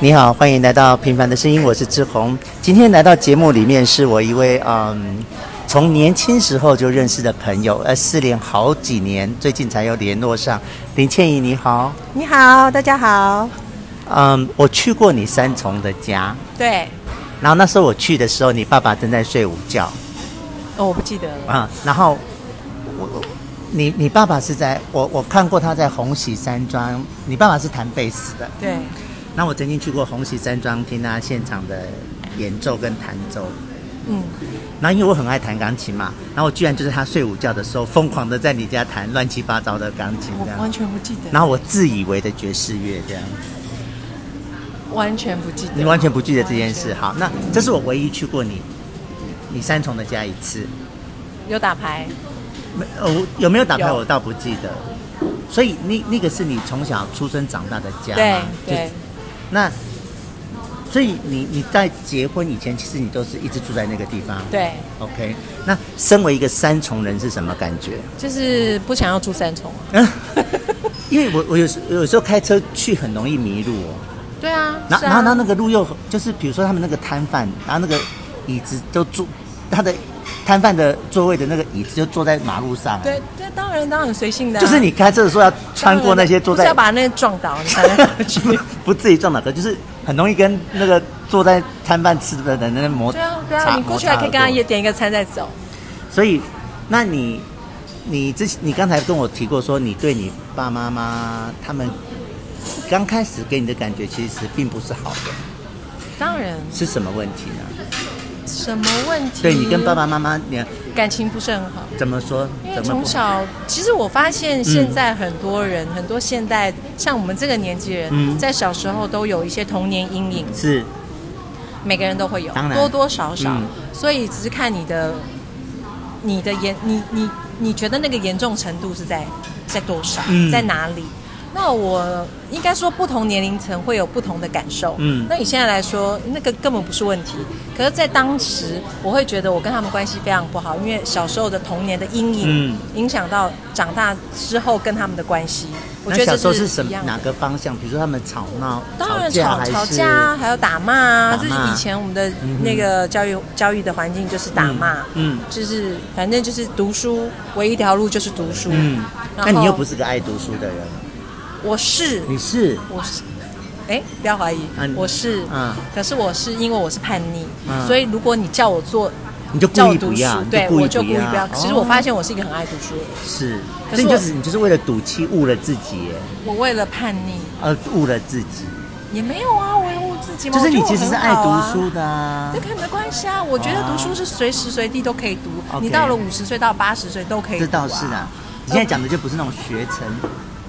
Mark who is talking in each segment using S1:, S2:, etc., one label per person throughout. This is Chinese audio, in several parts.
S1: 你好，欢迎来到《平凡的声音》，我是志宏。今天来到节目里面是我一位嗯，从年轻时候就认识的朋友，呃，失联好几年，最近才又联络上。林倩怡，你好。
S2: 你好，大家好。
S1: 嗯，我去过你三重的家，
S2: 对，
S1: 然后那时候我去的时候，你爸爸正在睡午觉
S2: 哦，我不记得了。
S1: 啊、然后我我你你爸爸是在我我看过他在红喜山庄，你爸爸是弹贝斯的。
S2: 对，
S1: 那我曾经去过红喜山庄听他现场的演奏跟弹奏，
S2: 嗯，
S1: 然后因为我很爱弹钢琴嘛，然后我居然就是他睡午觉的时候疯狂的在你家弹乱七八糟的钢琴
S2: 我
S1: 这
S2: 完
S1: 样，
S2: 全不记得，
S1: 然后我自以为的爵士乐这样，
S2: 完全不记得。
S1: 你完全不记得这件事。好，那这是我唯一去过你你三重的家一次，
S2: 有打牌？
S1: 没呃我有没有打牌
S2: 有
S1: 我倒不记得，所以那那个是你从小出生长大的家
S2: 对
S1: 嘛，啊就
S2: 对，
S1: 那。所以你你在结婚以前，其实你都是一直住在那个地方。
S2: 对，
S1: OK，那身为一个三重人是什么感觉？
S2: 就是不想要住三重。啊
S1: 因为我我有时有时候开车去很容易迷路哦，
S2: 对啊，
S1: 然
S2: 是
S1: 然后
S2: 啊
S1: 然后那个路又就是比如说他们那个摊贩，然后那个椅子都坐他的摊贩的座位的那个椅子就坐在马路上，啊
S2: 对，对，当然当然很随性的啊。
S1: 就是你开车的时候要穿过那些坐
S2: 不是
S1: 在
S2: 要把那个撞倒，你才能 过去。
S1: 不自己撞哪个，就是很容易跟那个坐在摊贩吃的人那摩
S2: 对啊对啊，
S1: 擦
S2: 你过去还可以跟
S1: 摩擦
S2: 他
S1: 而过
S2: 也点一个餐再走。
S1: 所以，那你，你之前你刚才跟我提过说，你对你爸妈妈他们刚开始给你的感觉其实并不是好的，
S2: 当然，
S1: 是什么问题呢？
S2: 什么问题？
S1: 对你跟爸爸妈妈，你
S2: 感情不是很好。
S1: 怎么说
S2: 因？为
S1: 怎么
S2: 嗯从
S1: 不？嗯
S2: 小，其实我发现现在很多人，很多现代像我们这个年纪人，
S1: 嗯
S2: 在小时候都有一些童年阴影，
S1: 是
S2: 每个人都会有
S1: 当，然
S2: 多多少少，
S1: 嗯
S2: 所以只是看你的、你的严、你你你觉得那个严重程度是在在多少，
S1: 嗯
S2: 在哪里？那我应该说，不同年龄层会有不同的感受。
S1: 嗯
S2: 那你现在来说，那个根本不是问题。可是，在当时，我会觉得我跟他们关系非常不好，因为小时候的童年的阴影，
S1: 嗯
S2: 影响到长大之后跟他们的关系。我
S1: 那
S2: 觉
S1: 小
S2: 得
S1: 时候
S2: 这
S1: 是
S2: 什
S1: 什
S2: 么
S1: 么
S2: 样的
S1: 哪个方向？比如说他们吵闹、
S2: 当然
S1: 架
S2: 吵
S1: 还
S2: 吵
S1: 是
S2: 架啊，还有打骂啊，
S1: 打
S2: 这是
S1: 骂
S2: 以前我们的
S1: 嗯哼
S2: 那个教育、教育的环境就是打骂，
S1: 嗯嗯
S2: 就是反正就是读书，唯一一条路就是读书。
S1: 嗯，
S2: 然
S1: 那
S2: 后
S1: 你又不是个爱读书的人，
S2: 我是
S1: 你是
S2: 我是，哎，不要怀疑
S1: 啊你，
S2: 我是，
S1: 啊
S2: 可是我是因为我是叛逆
S1: 啊，
S2: 所以如果你叫我做，
S1: 你就
S2: 叫
S1: 故
S2: 我
S1: 意不
S2: 读书
S1: 要，，哦
S2: 对
S1: 你就
S2: 我就
S1: 故
S2: 故
S1: 意
S2: 意
S1: 不
S2: 不
S1: 要
S2: 要。。其实我发
S1: 现
S2: 现我是一个很爱读书的人，
S1: 是，
S2: 可
S1: 所以你
S2: 是我
S1: 就是你就是为了赌气误了自己耶，
S2: 我为了叛逆
S1: 呃，误了自己。
S2: 也没有啊，维护自己嘛，
S1: 就是你
S2: 我觉
S1: 其
S2: 得我
S1: 实是
S2: 很
S1: 爱
S2: 好
S1: 读
S2: 啊
S1: 书的、啊
S2: 这，跟没关系啊，我觉得读书是随时随地都可以读，
S1: 哦 OK
S2: 你到了五十岁到八十岁都可以读、
S1: 这
S2: 啊。
S1: 倒是啊。你现在讲的就不是那种学成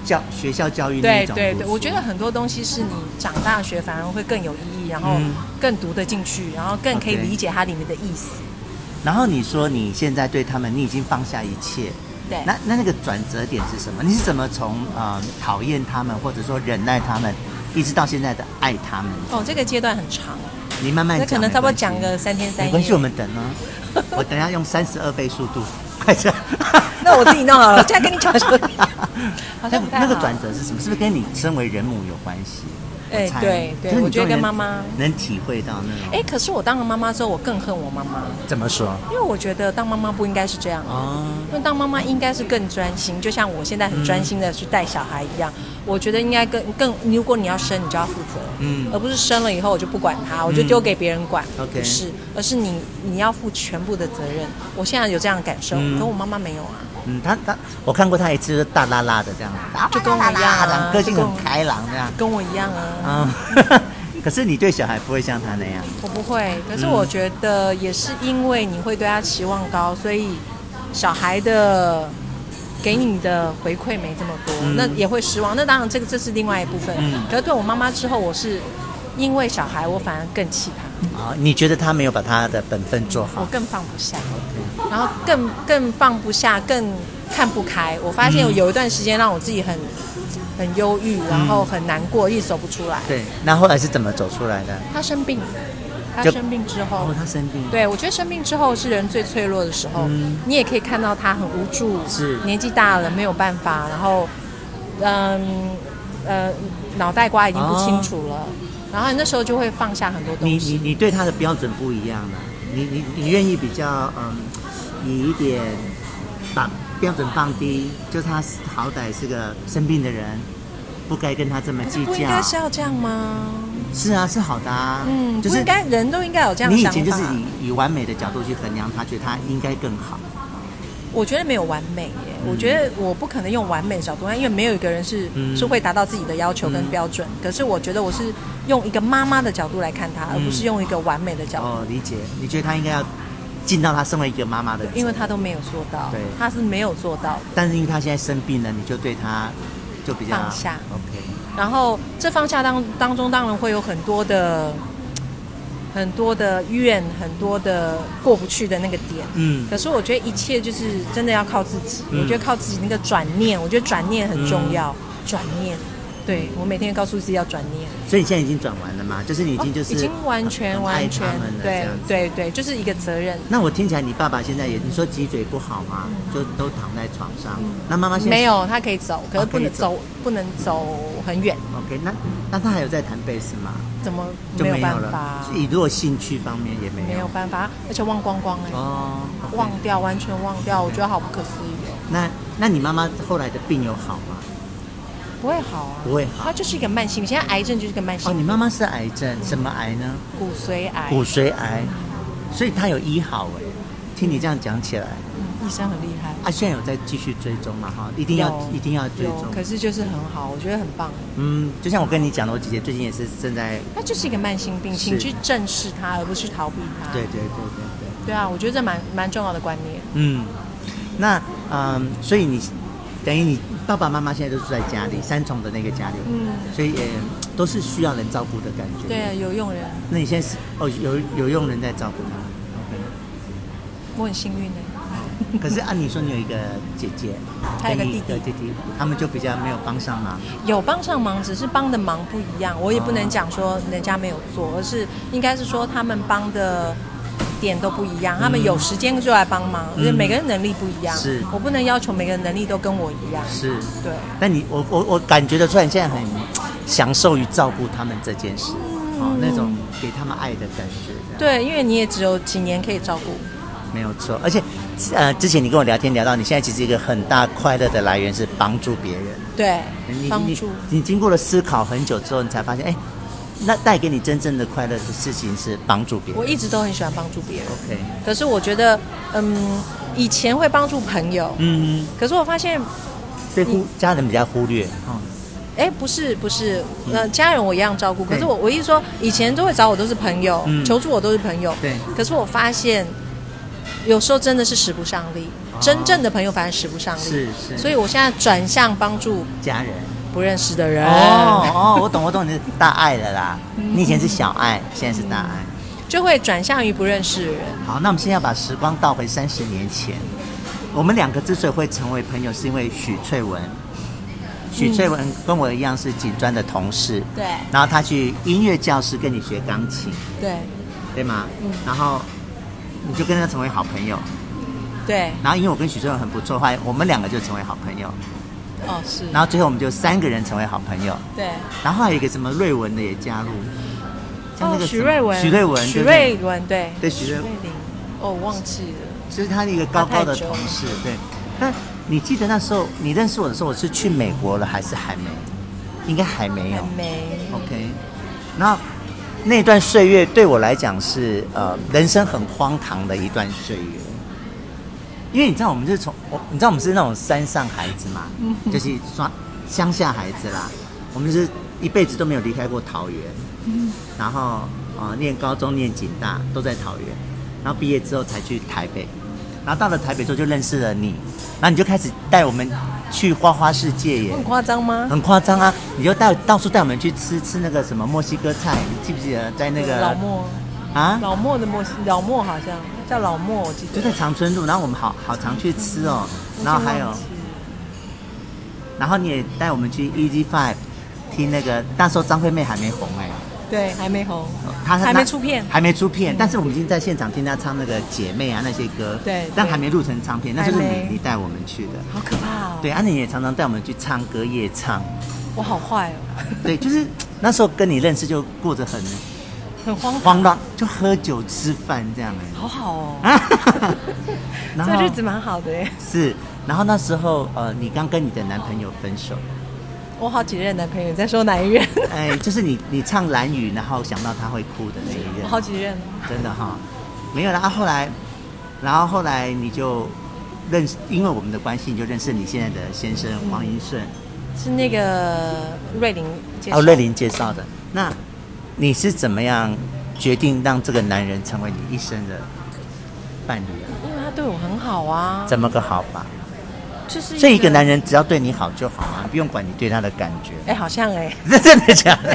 S1: 教学校教育那
S2: 对
S1: 一种
S2: 对
S1: 读
S2: 对，
S1: 书
S2: 我觉得很多东西是你长大学反而会更有意义，然后
S1: 嗯
S2: 更读得进去，然后更可以
S1: OK
S2: 理解它里面的意思。
S1: 然后你说你现在对他们，你已经放下一切。
S2: 对，
S1: 那那那个转折点是什么？你是怎么从呃讨厌他们，或者说忍耐他们，一直到现在的爱他们？
S2: 哦，这个阶段很长，
S1: 你慢慢
S2: 那
S1: 讲，
S2: 可能差不多讲
S1: 没关
S2: 个
S1: 系
S2: 三天三
S1: 没关系，我
S2: 夜。
S1: 们等哦。我等一下用三十二倍速度，快点。
S2: 那我自己弄好了，我现在跟你 讲说。好
S1: 那
S2: 像
S1: 个
S2: 不太好
S1: 那个转折是什么？是不是跟你身为人母有关系？
S2: 哎
S1: 我猜
S2: 对
S1: 就
S2: 对
S1: 是你
S2: 我觉得
S1: 终于
S2: 跟妈
S1: 能
S2: 妈
S1: 能体会到那种。
S2: 哎，可是我当了妈妈之后，我更恨我妈妈，
S1: 怎么说？
S2: 因为我觉得当妈妈不应该是这样。啊
S1: 哦，
S2: 因为当妈妈应该是更专心，就像我现在很专心的去带小孩一样，我觉得应该更更，如果你要生，你就要负责，
S1: 嗯
S2: 而不是生了以后我就不管他，我就丢给别人管，
S1: OK
S2: 不是，而是你你要负全部的责任。我现在有这样的感受，
S1: 嗯
S2: 可我妈妈没有啊，
S1: 嗯，他他，我看过他一次，就是大拉拉的这样，
S2: 就跟我一样啊
S1: 大拉拉个性
S2: 就跟
S1: 很
S2: 我
S1: 开朗这样。
S2: 跟我一样啊，
S1: 啊、 可是你对小孩不会像他那样。
S2: 我不会。可是我觉得也是因为你会对他期望高，所以小孩的。给你的回馈没这么多，
S1: 嗯
S2: 那也会失望。那当然，这个这是另外一部分。
S1: 嗯
S2: 可是对我妈妈之后，我是因为小孩，我反而更气她，
S1: 啊、你觉得他没有把他的本分做
S2: 我
S1: 好？
S2: 更放不下，然后更更放不下，更看不开。我发现
S1: 嗯
S2: 有一段时间让我自己很很忧郁，然
S1: 嗯
S2: 后很难过，一直走不出来。
S1: 对。那后来是怎么走出来的？
S2: 她生病，她
S1: 就
S2: 生病之
S1: 然
S2: 后
S1: 哦后。他生病。。
S2: 对，我觉得生病之后是人最脆弱的时候，
S1: 嗯
S2: 你也可以看到他很无助，
S1: 是
S2: 年纪大了没有办法，然后，嗯，呃，脑袋瓜已经不清楚了，然后你那时候就会放下很多
S1: 你
S2: 东
S1: 哦你
S2: 西。
S1: 你对他的标准不一样了，你你你愿意比较嗯，以一点把标准放低，就是他是好歹是个生病的人，不该跟他这么计
S2: 不应
S1: 较。
S2: 该是要这样吗？
S1: 是啊，是好的啊，
S2: 嗯，
S1: 就
S2: 不
S1: 是
S2: 应该，人都应该有这样的
S1: 你以
S2: 想法。
S1: 前就是以以完美的角度去衡量他，觉得他应该更好。
S2: 我觉得没有完美耶，我觉得我不可能用完美的角度，因为没有一个人是、
S1: 嗯
S2: 是会达到自己的要求跟标准。可是我觉得我是用一个妈妈的角度来看他，而不
S1: 嗯
S2: 是用一个完美的角度，
S1: 哦，理解，你觉得他应该要尽到他身为一个妈妈的，
S2: 因为他都没有做到
S1: 对，
S2: 他是没有做到的。
S1: 但是因为他现在生病了，你就对他就比较
S2: 放下
S1: OK。
S2: 然后这放下当当中，当然会有很多的、很多的怨，很多的过不去的那个点。
S1: 嗯
S2: 可是我觉得一切就是真的要靠自己。
S1: 嗯
S2: 我觉得靠自己那个转念，我觉得转念很重要。
S1: 嗯
S2: 转念，对我每天告诉自己要转念，哦
S1: 所以你现在已经转完了嘛？就是你已经就是、
S2: 已经完全
S1: 很爱
S2: 完全
S1: 他们了这
S2: 对
S1: 样子。
S2: 对对，就是一个责任。
S1: 那我听起来你爸爸现在也，你说脊椎不好嘛，就都躺在床上。那妈妈现在
S2: 嗯没有，他可以走，可是
S1: 哦
S2: 不
S1: 可以
S2: 能
S1: 走
S2: 走，不能走很远，
S1: OK，那那他还有在弹贝斯吗？
S2: 怎么
S1: 就
S2: 没有
S1: 有
S2: 办
S1: 了
S2: 法。？
S1: 所以如果兴趣方面也没有。
S2: 没有办法，而且忘光光哎、
S1: 哦，OK
S2: 忘掉，完全忘掉，我觉得好不可思议哦，
S1: 那那你妈妈后来的病有好吗？
S2: 不会好啊，
S1: 不会好
S2: 它就是一个慢性，现在癌症就是一个慢性，
S1: 哦，你妈妈是癌症，什么癌呢？
S2: 骨髓癌，
S1: 骨髓癌，所以她有医好哎。听你这样讲起来，
S2: 嗯医生很厉害，
S1: 啊，现在有在继续追踪嘛哈，一定要
S2: 有
S1: 一定要追
S2: 有
S1: 踪，。
S2: 可是就是很好，我觉得很棒，
S1: 嗯，就像我跟你讲的，我姐姐最近也是正在，
S2: 它就是一个慢性病，
S1: 是
S2: 请去正视它，而不是逃避它，
S1: 对对对对对，
S2: 对啊，我觉得这蛮蛮重要的观念，
S1: 嗯，那嗯，所以你等于你爸爸妈妈现在都住在家里，三重的那个家里，
S2: 嗯，
S1: 所以也都是需要人照顾的感觉。
S2: 对、啊，有用人，
S1: 那你现在是哦，有有佣人在照顾 他
S2: 我很幸运欸的、
S1: ，OK。可是按理说你有一个姐姐，
S2: 还有个
S1: 跟你一
S2: 弟弟嗯
S1: 弟弟，他们就比较没有帮上忙。
S2: 有帮上忙，只是帮的忙不一样。我也不能讲说人家没有做，而是应该是说他们帮的点都不一样。
S1: 嗯
S2: 他们有时间就来帮忙，因为每个人能力不一样。
S1: 是
S2: 我不能要求每个人能力都跟我一样。
S1: 是，
S2: 对，
S1: 但你我我我感觉得出来，你现在很享受于照顾他们这件事，
S2: 嗯
S1: 哦，那种给他们爱的感觉。这样
S2: 对，因为你也只有几年可以照顾。
S1: 没有错，而且，呃，之前你跟我聊天聊到，你现在其实一个很大快乐的来源是帮助别人，
S2: 对
S1: 哎你，
S2: 帮
S1: 你
S2: 助。
S1: 你经过了思考很久之后，你才发现，哎，那带给你真正的快乐的事情是帮助别人。
S2: 我一直都很喜欢帮助别人，
S1: OK，
S2: 可是我觉得，嗯，以前会帮助朋友，
S1: 嗯，
S2: 可是我发现
S1: 被忽家人比较忽略，哦，
S2: 哎，不是不是，呃，家人我一样照顾，可是
S1: 嗯对
S2: 我我一直说，以前都会找我都是朋友，
S1: 嗯
S2: 求助我都是朋友，
S1: 对
S2: 可是我发现，有时候真的是使不上力，
S1: 哦
S2: 真正的朋友反而使不上力，
S1: 是是
S2: 所以我现在转向帮助
S1: 家 人。
S2: 不认识的人，
S1: 哦哦，我懂我懂，你是大爱了啦，你以前是小爱，现在是大爱。
S2: 就会转向于不认识的人。
S1: 好，那我们现在要把时光倒回三十年前。我们两个之所以会成为朋友，是因为许翠文。许翠文跟我一样是警专的同事，
S2: 嗯对
S1: 然后她去音乐教室跟你学钢琴，
S2: 对
S1: 对吗？
S2: 嗯
S1: 然后你就跟她成为好朋友。
S2: 对，
S1: 然后因为我跟许翠文很不错，后来我们两个就成为好朋友。
S2: 哦是，
S1: 然后最后我们就三个人成为好朋友。
S2: 对
S1: 然后还有一个什么瑞文的也加入，像那
S2: 哦
S1: 个
S2: 许
S1: 什么
S2: 瑞文，
S1: 许瑞文，
S2: 许
S1: 对不对
S2: 瑞文对
S1: 对许瑞
S2: 瑞玲，哦我忘记了，
S1: 就是他的一个高高的同事，对。那你记得那时候你认识我的时候，我是去美国了还是还没？应该还没
S2: 还
S1: 有。
S2: 没
S1: OK。然后那段岁月对我来讲是呃人生很荒唐的一段岁月，因为你知道我们是从我你知道我们是那种山上孩子嘛，就是双乡下孩子啦，我们是一辈子都没有离开过桃园，然后呃念高中念警大都在桃园，然后毕业之后才去台北，然后到了台北之后就认识了你，然后你就开始带我们去花花世界耶
S2: 我，很夸张吗？
S1: 很夸张啊！你就带到处带我们去吃吃那个什么墨西哥菜，你记不记得在那个
S2: 老莫。
S1: 啊？
S2: 老莫的莫，老莫好像叫老莫，我记得。
S1: 就在长春路，然后我们好好常去吃哦，然后还有
S2: 我已，经
S1: 然后你也带我们去 EZ Five 听那个，那时候张惠妹还没红哎、
S2: 忘记对还没红，
S1: 她
S2: 还
S1: 那
S2: 没出片嗯
S1: 还没出片，但是我们已经在现场听她唱那个姐妹啊那些歌，
S2: 对
S1: 但
S2: 对
S1: 还没录成唱片，那就是
S2: 还没
S1: 你你带我们去的，
S2: 好可怕哦。
S1: 对，安、啊、妮也常常带我们去唱歌夜唱，
S2: 我好坏哦，
S1: 对，就是那时候跟你认识就过着很
S2: 很荒唐，
S1: 慌乱，就喝酒吃饭这样
S2: 好好哦，
S1: 哎。 然
S2: 这
S1: 后
S2: 日子蛮好的耶。
S1: 是，然后那时候呃，你刚跟你的男朋友分 手，
S2: 我好几任男朋友，在说哪 一任？
S1: 哎，就是你你唱蓝雨，然后想到他会哭的那一
S2: 我
S1: 任，
S2: 好几任哦，
S1: 真的哈、没有啦。啊后来，然后后来你就认识，因为我们的关系，你就认识你现在的先生黄云顺，
S2: 是那个瑞玲介绍
S1: 哦，瑞玲介绍的。那你是怎么样决定让这个男人成为你一生的伴侣啊？
S2: 因哦为他对我很好啊，
S1: 怎么个好法？
S2: 就是
S1: 这一个男人只要对你好就好啊，不用管你对他的感觉。
S2: 哎、好像哎、
S1: 真的假的？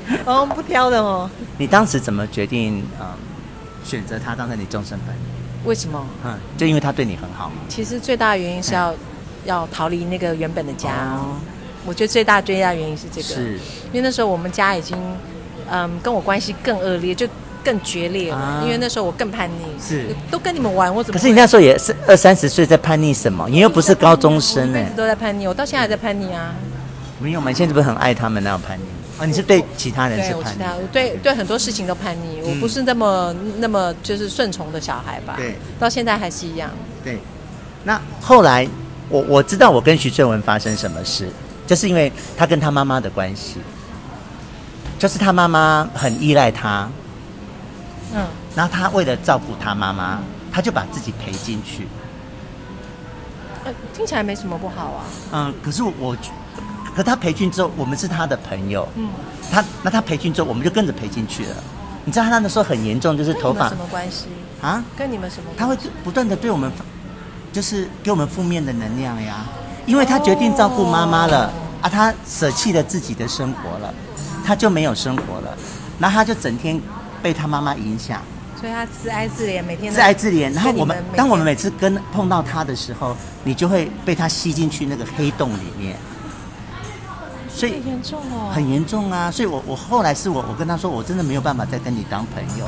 S2: 哦，不挑的哦。
S1: 你当时怎么决定嗯选择他当成你终身伴侣？
S2: 为什么？
S1: 嗯，就因为他对你很好嘛。
S2: 其实最大的原因是
S1: 嗯
S2: 要、要逃离那个原本的家。
S1: 哦
S2: 我觉得最大最大原因是这个，
S1: 是
S2: 因为那时候我们家已经，嗯，跟我关系更恶劣，就更决裂了。
S1: 啊
S2: 因为那时候我更叛逆，
S1: 是
S2: 都跟你们玩，我怎
S1: 可
S2: 么会？
S1: 是你那时候也是二三十岁，在叛逆什么？你又不是高中生欸
S2: 我
S1: 呢、
S2: 一辈子都在叛逆，我到现在还在叛逆啊。
S1: 没有嘛？你现在不是很爱他们那种叛逆？啊，你是对其他人是
S2: 对，我
S1: 叛
S2: 知
S1: 逆嗯
S2: 道，？我对对很多事情都叛逆，我不是那么那么就是顺从的小孩吧。
S1: 对，
S2: 到现在还是一样。
S1: 对。那后来我我知道我跟徐正文发生什么事，就是因为他跟他妈妈的关系，就是他妈妈很依赖他，
S2: 嗯，
S1: 然后他为了照顾他妈妈，他就把自己赔进去。
S2: 呃听起来没什么不好啊。
S1: 嗯，可是我，可他培训之后，我们是他的朋友，
S2: 嗯，
S1: 他那他培训之后，我们就跟着培进去了。你知道他那时候很严重，就是
S2: 跟
S1: 头
S2: 你们
S1: 发
S2: 嗯什么关系？
S1: 啊，
S2: 跟你们什么？
S1: 他会不断的对我们发，就是给我们负面的能量呀，因为他决定照顾妈妈
S2: 哦
S1: 了、啊，他舍弃了自己的生活了，他就没有生活了，然后他就整天被他妈妈影响，
S2: 所以他自哀自怜，每天都
S1: 自爱自怜。然后
S2: 跟你
S1: 我们
S2: 每，天
S1: 当我们每次跟碰到他的时候，你就会被他吸进去那个黑洞里面，所以
S2: 很严重哦，
S1: 很严重啊！所以我我后来是我我跟他说，我真的没有办法再跟你当朋友，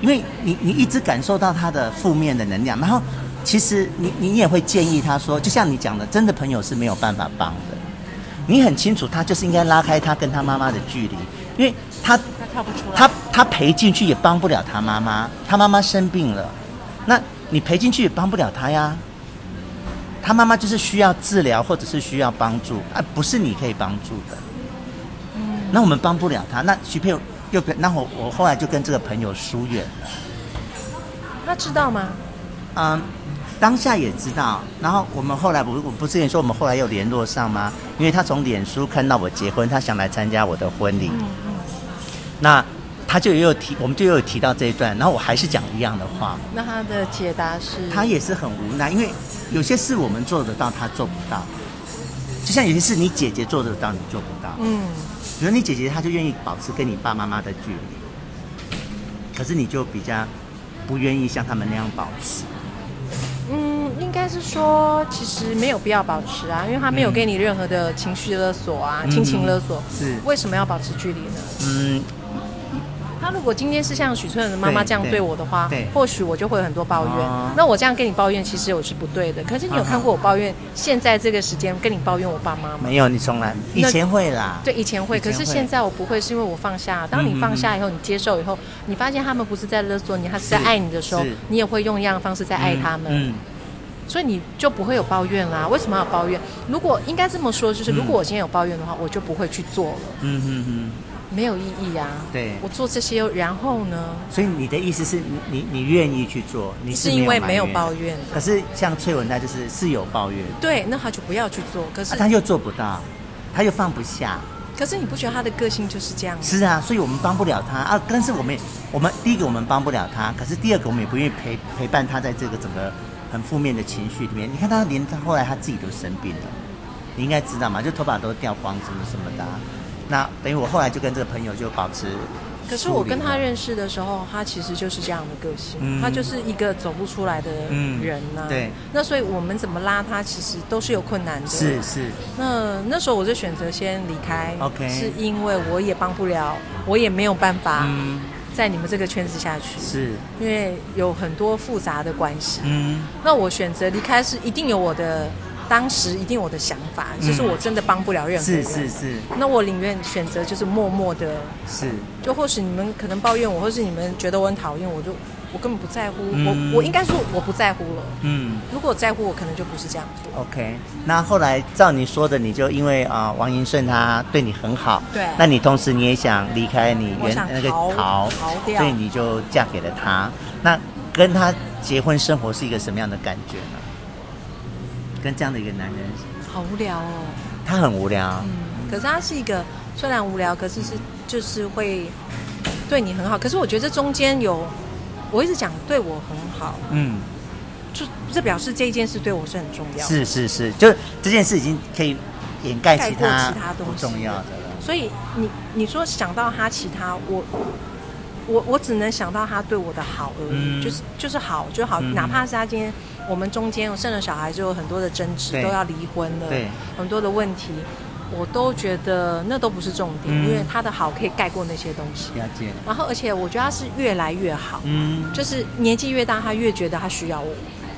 S1: 因为你你一直感受到他的负面的能量，然后其实你你也会建议他说，就像你讲的，真的朋友是没有办法帮的。你很清楚，他就是应该拉开他跟他妈妈的距离，因为他
S2: 他跳不出来。
S1: 他他赔进去也帮不了他妈妈，他妈妈生病了，那你赔进去也帮不了他呀。他妈妈就是需要治疗或者是需要帮助，啊，不是你可以帮助的。
S2: 嗯
S1: 那我们帮不了他，那徐佩又跟，那我我后来就跟这个朋友疏远了。
S2: 他知道吗？
S1: 嗯，当下也知道，然后我们后来我我不是跟你说我们后来有联络上吗？因为他从脸书看到我结婚，他想来参加我的婚礼。
S2: 嗯
S1: 那他就也有提，我们就有提到这一段，然后我还是讲一样的话，
S2: 那他的解答是，
S1: 他也是很无奈，因为有些事我们做得到，他做不到。就像有些事你姐姐做得到，你做不到。
S2: 嗯，
S1: 比如你姐姐，她就愿意保持跟你爸妈妈的距离，可是你就比较不愿意像他们那样保持。
S2: 嗯，应该是说，其实没有必要保持啊，因为他没有给你任何的情绪勒索啊，
S1: 嗯
S2: 亲情勒索，
S1: 是
S2: 为什么要保持距离呢？
S1: 嗯，
S2: 他如果今天是像许春仁的妈妈
S1: 对
S2: 这样对我的话
S1: 对对，
S2: 或许我就会有很多抱怨
S1: 哦。
S2: 那我这样跟你抱怨，其实我是不对的。可是你有
S1: 啊哈
S2: 看过我抱怨现在这个时间跟你抱怨我爸妈吗？
S1: 没有，你从来以
S2: 那
S1: 前会啦。
S2: 对，以前会，
S1: 以前
S2: 可
S1: 会嗯
S2: 是现在我不会，是因为我放下。当你放下以后，你接受以后，你发现他们不是在勒索你，他是在
S1: 是
S2: 爱你的时候
S1: 是，
S2: 你也会用一样的方式在爱他们。
S1: 嗯，
S2: 所以你就不会有抱怨啦。为什么要抱怨？如果应该这么说，就是如果我今天有抱怨的话，我就不会去做了，
S1: 嗯嗯嗯
S2: 没有意义啊。
S1: 对
S2: 我做这些，然后呢，
S1: 嗯。所以你的意思是你你你愿意去做，你是
S2: 是因为没有
S1: 埋怨
S2: 抱怨。
S1: 可是像崔文她就是是有抱怨，
S2: 对，那他就不要去做。可是，
S1: 啊她又做不到，她又放不下。
S2: 可是你不觉得他的个性就是这样吗？
S1: 是啊，所以我们帮不了她啊。但是我们也我们第一个我们帮不了她，可是第二个我们也不愿意陪陪伴她在这个整个很负面的情绪里面。你看她连她后来她自己都生病了，你应该知道嘛，就头发都掉光什么什么的啊、那等于我后来就跟这个朋友就保持疏离了。
S2: 可是我跟他认识的时候，他其实就是这样的个性，
S1: 嗯
S2: 他就是一个走不出来的
S1: 嗯
S2: 人呐、
S1: 对，
S2: 那所以我们怎么拉他，其实都是有困难的。
S1: 是是
S2: 那那时候我就选择先离开
S1: OK
S2: 是因为我也帮不了，我也没有办法
S1: 嗯
S2: 在你们这个圈子下去，
S1: 是
S2: 因为有很多复杂的关系。
S1: 嗯
S2: 那我选择离开是一定有我的当时一定有我的想法，就是我真的帮不了任何
S1: 是嗯
S2: 人。
S1: 是是
S2: 那我宁愿选择就是默默的，
S1: 是，
S2: 就或许你们可能抱怨我，或是你们觉得我很讨厌，我就我根本不在乎，
S1: 嗯
S2: 我我应该说我不在乎了。
S1: 嗯
S2: 如果我在乎，我可能就不是这样做。
S1: ，OK。那后来照你说的，你就因为啊、王银顺他对你很好，
S2: 对
S1: 那你同时你也想离开你
S2: 我
S1: 原
S2: 想
S1: 那个
S2: 逃
S1: 逃，
S2: 逃掉
S1: 所以你就嫁给了他。那跟他结婚生活是一个什么样的感觉呢？跟这样的一个男人，
S2: 好无
S1: 嗯
S2: 聊哦。
S1: 他很无聊，
S2: 嗯，可是他是一个虽然无聊，可是是就是会对你很好。可是我觉得这中间有，我一直讲对我很好，
S1: 嗯
S2: 就这表示这一件事对我是很重要。，
S1: 是是是，就是这件事已经可以掩盖
S2: 盖
S1: 其
S2: 过
S1: 他
S2: 其他东
S1: 不
S2: 西
S1: 重要的了。
S2: 所以你你说想到他其他，我我我只能想到他对我的好而已，
S1: 嗯
S2: 就是就是好就好，
S1: 嗯
S2: 哪怕是他今天我们中间生了小孩就有很多的争执，
S1: 对
S2: 都要离婚了，
S1: 对
S2: 很多的问题。我都觉得那都不是重点，
S1: 嗯
S2: 因为他的好可以盖过那些东西。
S1: 了解，
S2: 然后，而且我觉得他是越来越好，
S1: 嗯
S2: 就是年纪越大，他越觉得他需要我。